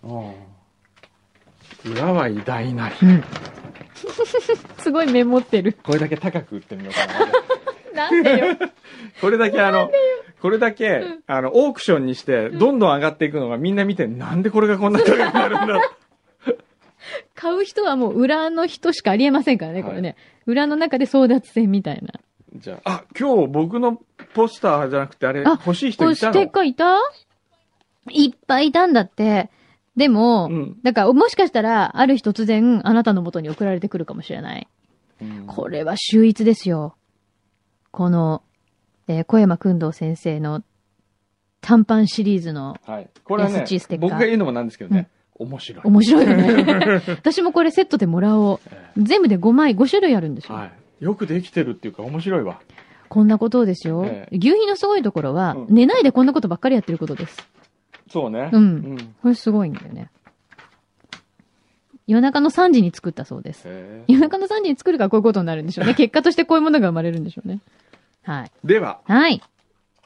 Speaker 2: [LAUGHS]
Speaker 1: 円裏は偉大なり。
Speaker 2: うん。すごいメモってる。
Speaker 1: これだけ高く売ってみようかな。
Speaker 2: なんでよ。
Speaker 1: これだけあの、これだけ、あの、オークションにして、どんどん上がっていくのがみんな見て、なんでこれがこんな高くなるんだ
Speaker 2: [LAUGHS] 買う人はもう裏の人しかありえませんからね、
Speaker 1: はい
Speaker 2: これね。裏の中で争奪戦みたいな。
Speaker 1: じゃあ、あ、今日僕のポスターじゃなくて、あれ、
Speaker 2: あ
Speaker 1: 欲しい
Speaker 2: こ
Speaker 1: 人
Speaker 2: れ
Speaker 1: い
Speaker 2: ス
Speaker 1: た
Speaker 2: テッ
Speaker 1: の
Speaker 2: カーいたいっぱいいたんだって。でも、
Speaker 1: うん
Speaker 2: だからもしかしたら、ある日突然、あなたの元に送られてくるかもしれない。
Speaker 1: うん
Speaker 2: これは秀逸ですよ。この、えー小山君堂先生の短パンシリーズの
Speaker 1: はい。これはね
Speaker 2: SG ステ、ッカー
Speaker 1: 僕が言うのもなんですけどね、面白い。
Speaker 2: 面白い
Speaker 1: [LAUGHS]
Speaker 2: よね。私もこれセットでもらおう。
Speaker 1: え
Speaker 2: 全部で5枚、5種類あるんです
Speaker 1: え
Speaker 2: よ。
Speaker 1: はい。よくできてるっていうか、面白いわ。
Speaker 2: こんなことをですよ。
Speaker 1: ええ
Speaker 2: 牛皮のすごいところは、
Speaker 1: うん
Speaker 2: 寝ないでこんなことばっかりやってることです。
Speaker 1: そうね。
Speaker 2: うん
Speaker 1: うん。
Speaker 2: これすごいんだよね。夜中の3時に作ったそうです。
Speaker 1: へえ
Speaker 2: 夜中の3時に作るからこういうことになるんでしょうね。結果としてこういうものが生まれるんでしょうね。はい。
Speaker 1: では、
Speaker 2: はい。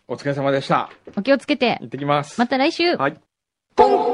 Speaker 1: お疲れ様でした。
Speaker 2: お気をつけて。
Speaker 1: 行ってきます。
Speaker 2: また来週。
Speaker 1: はい。
Speaker 2: ポン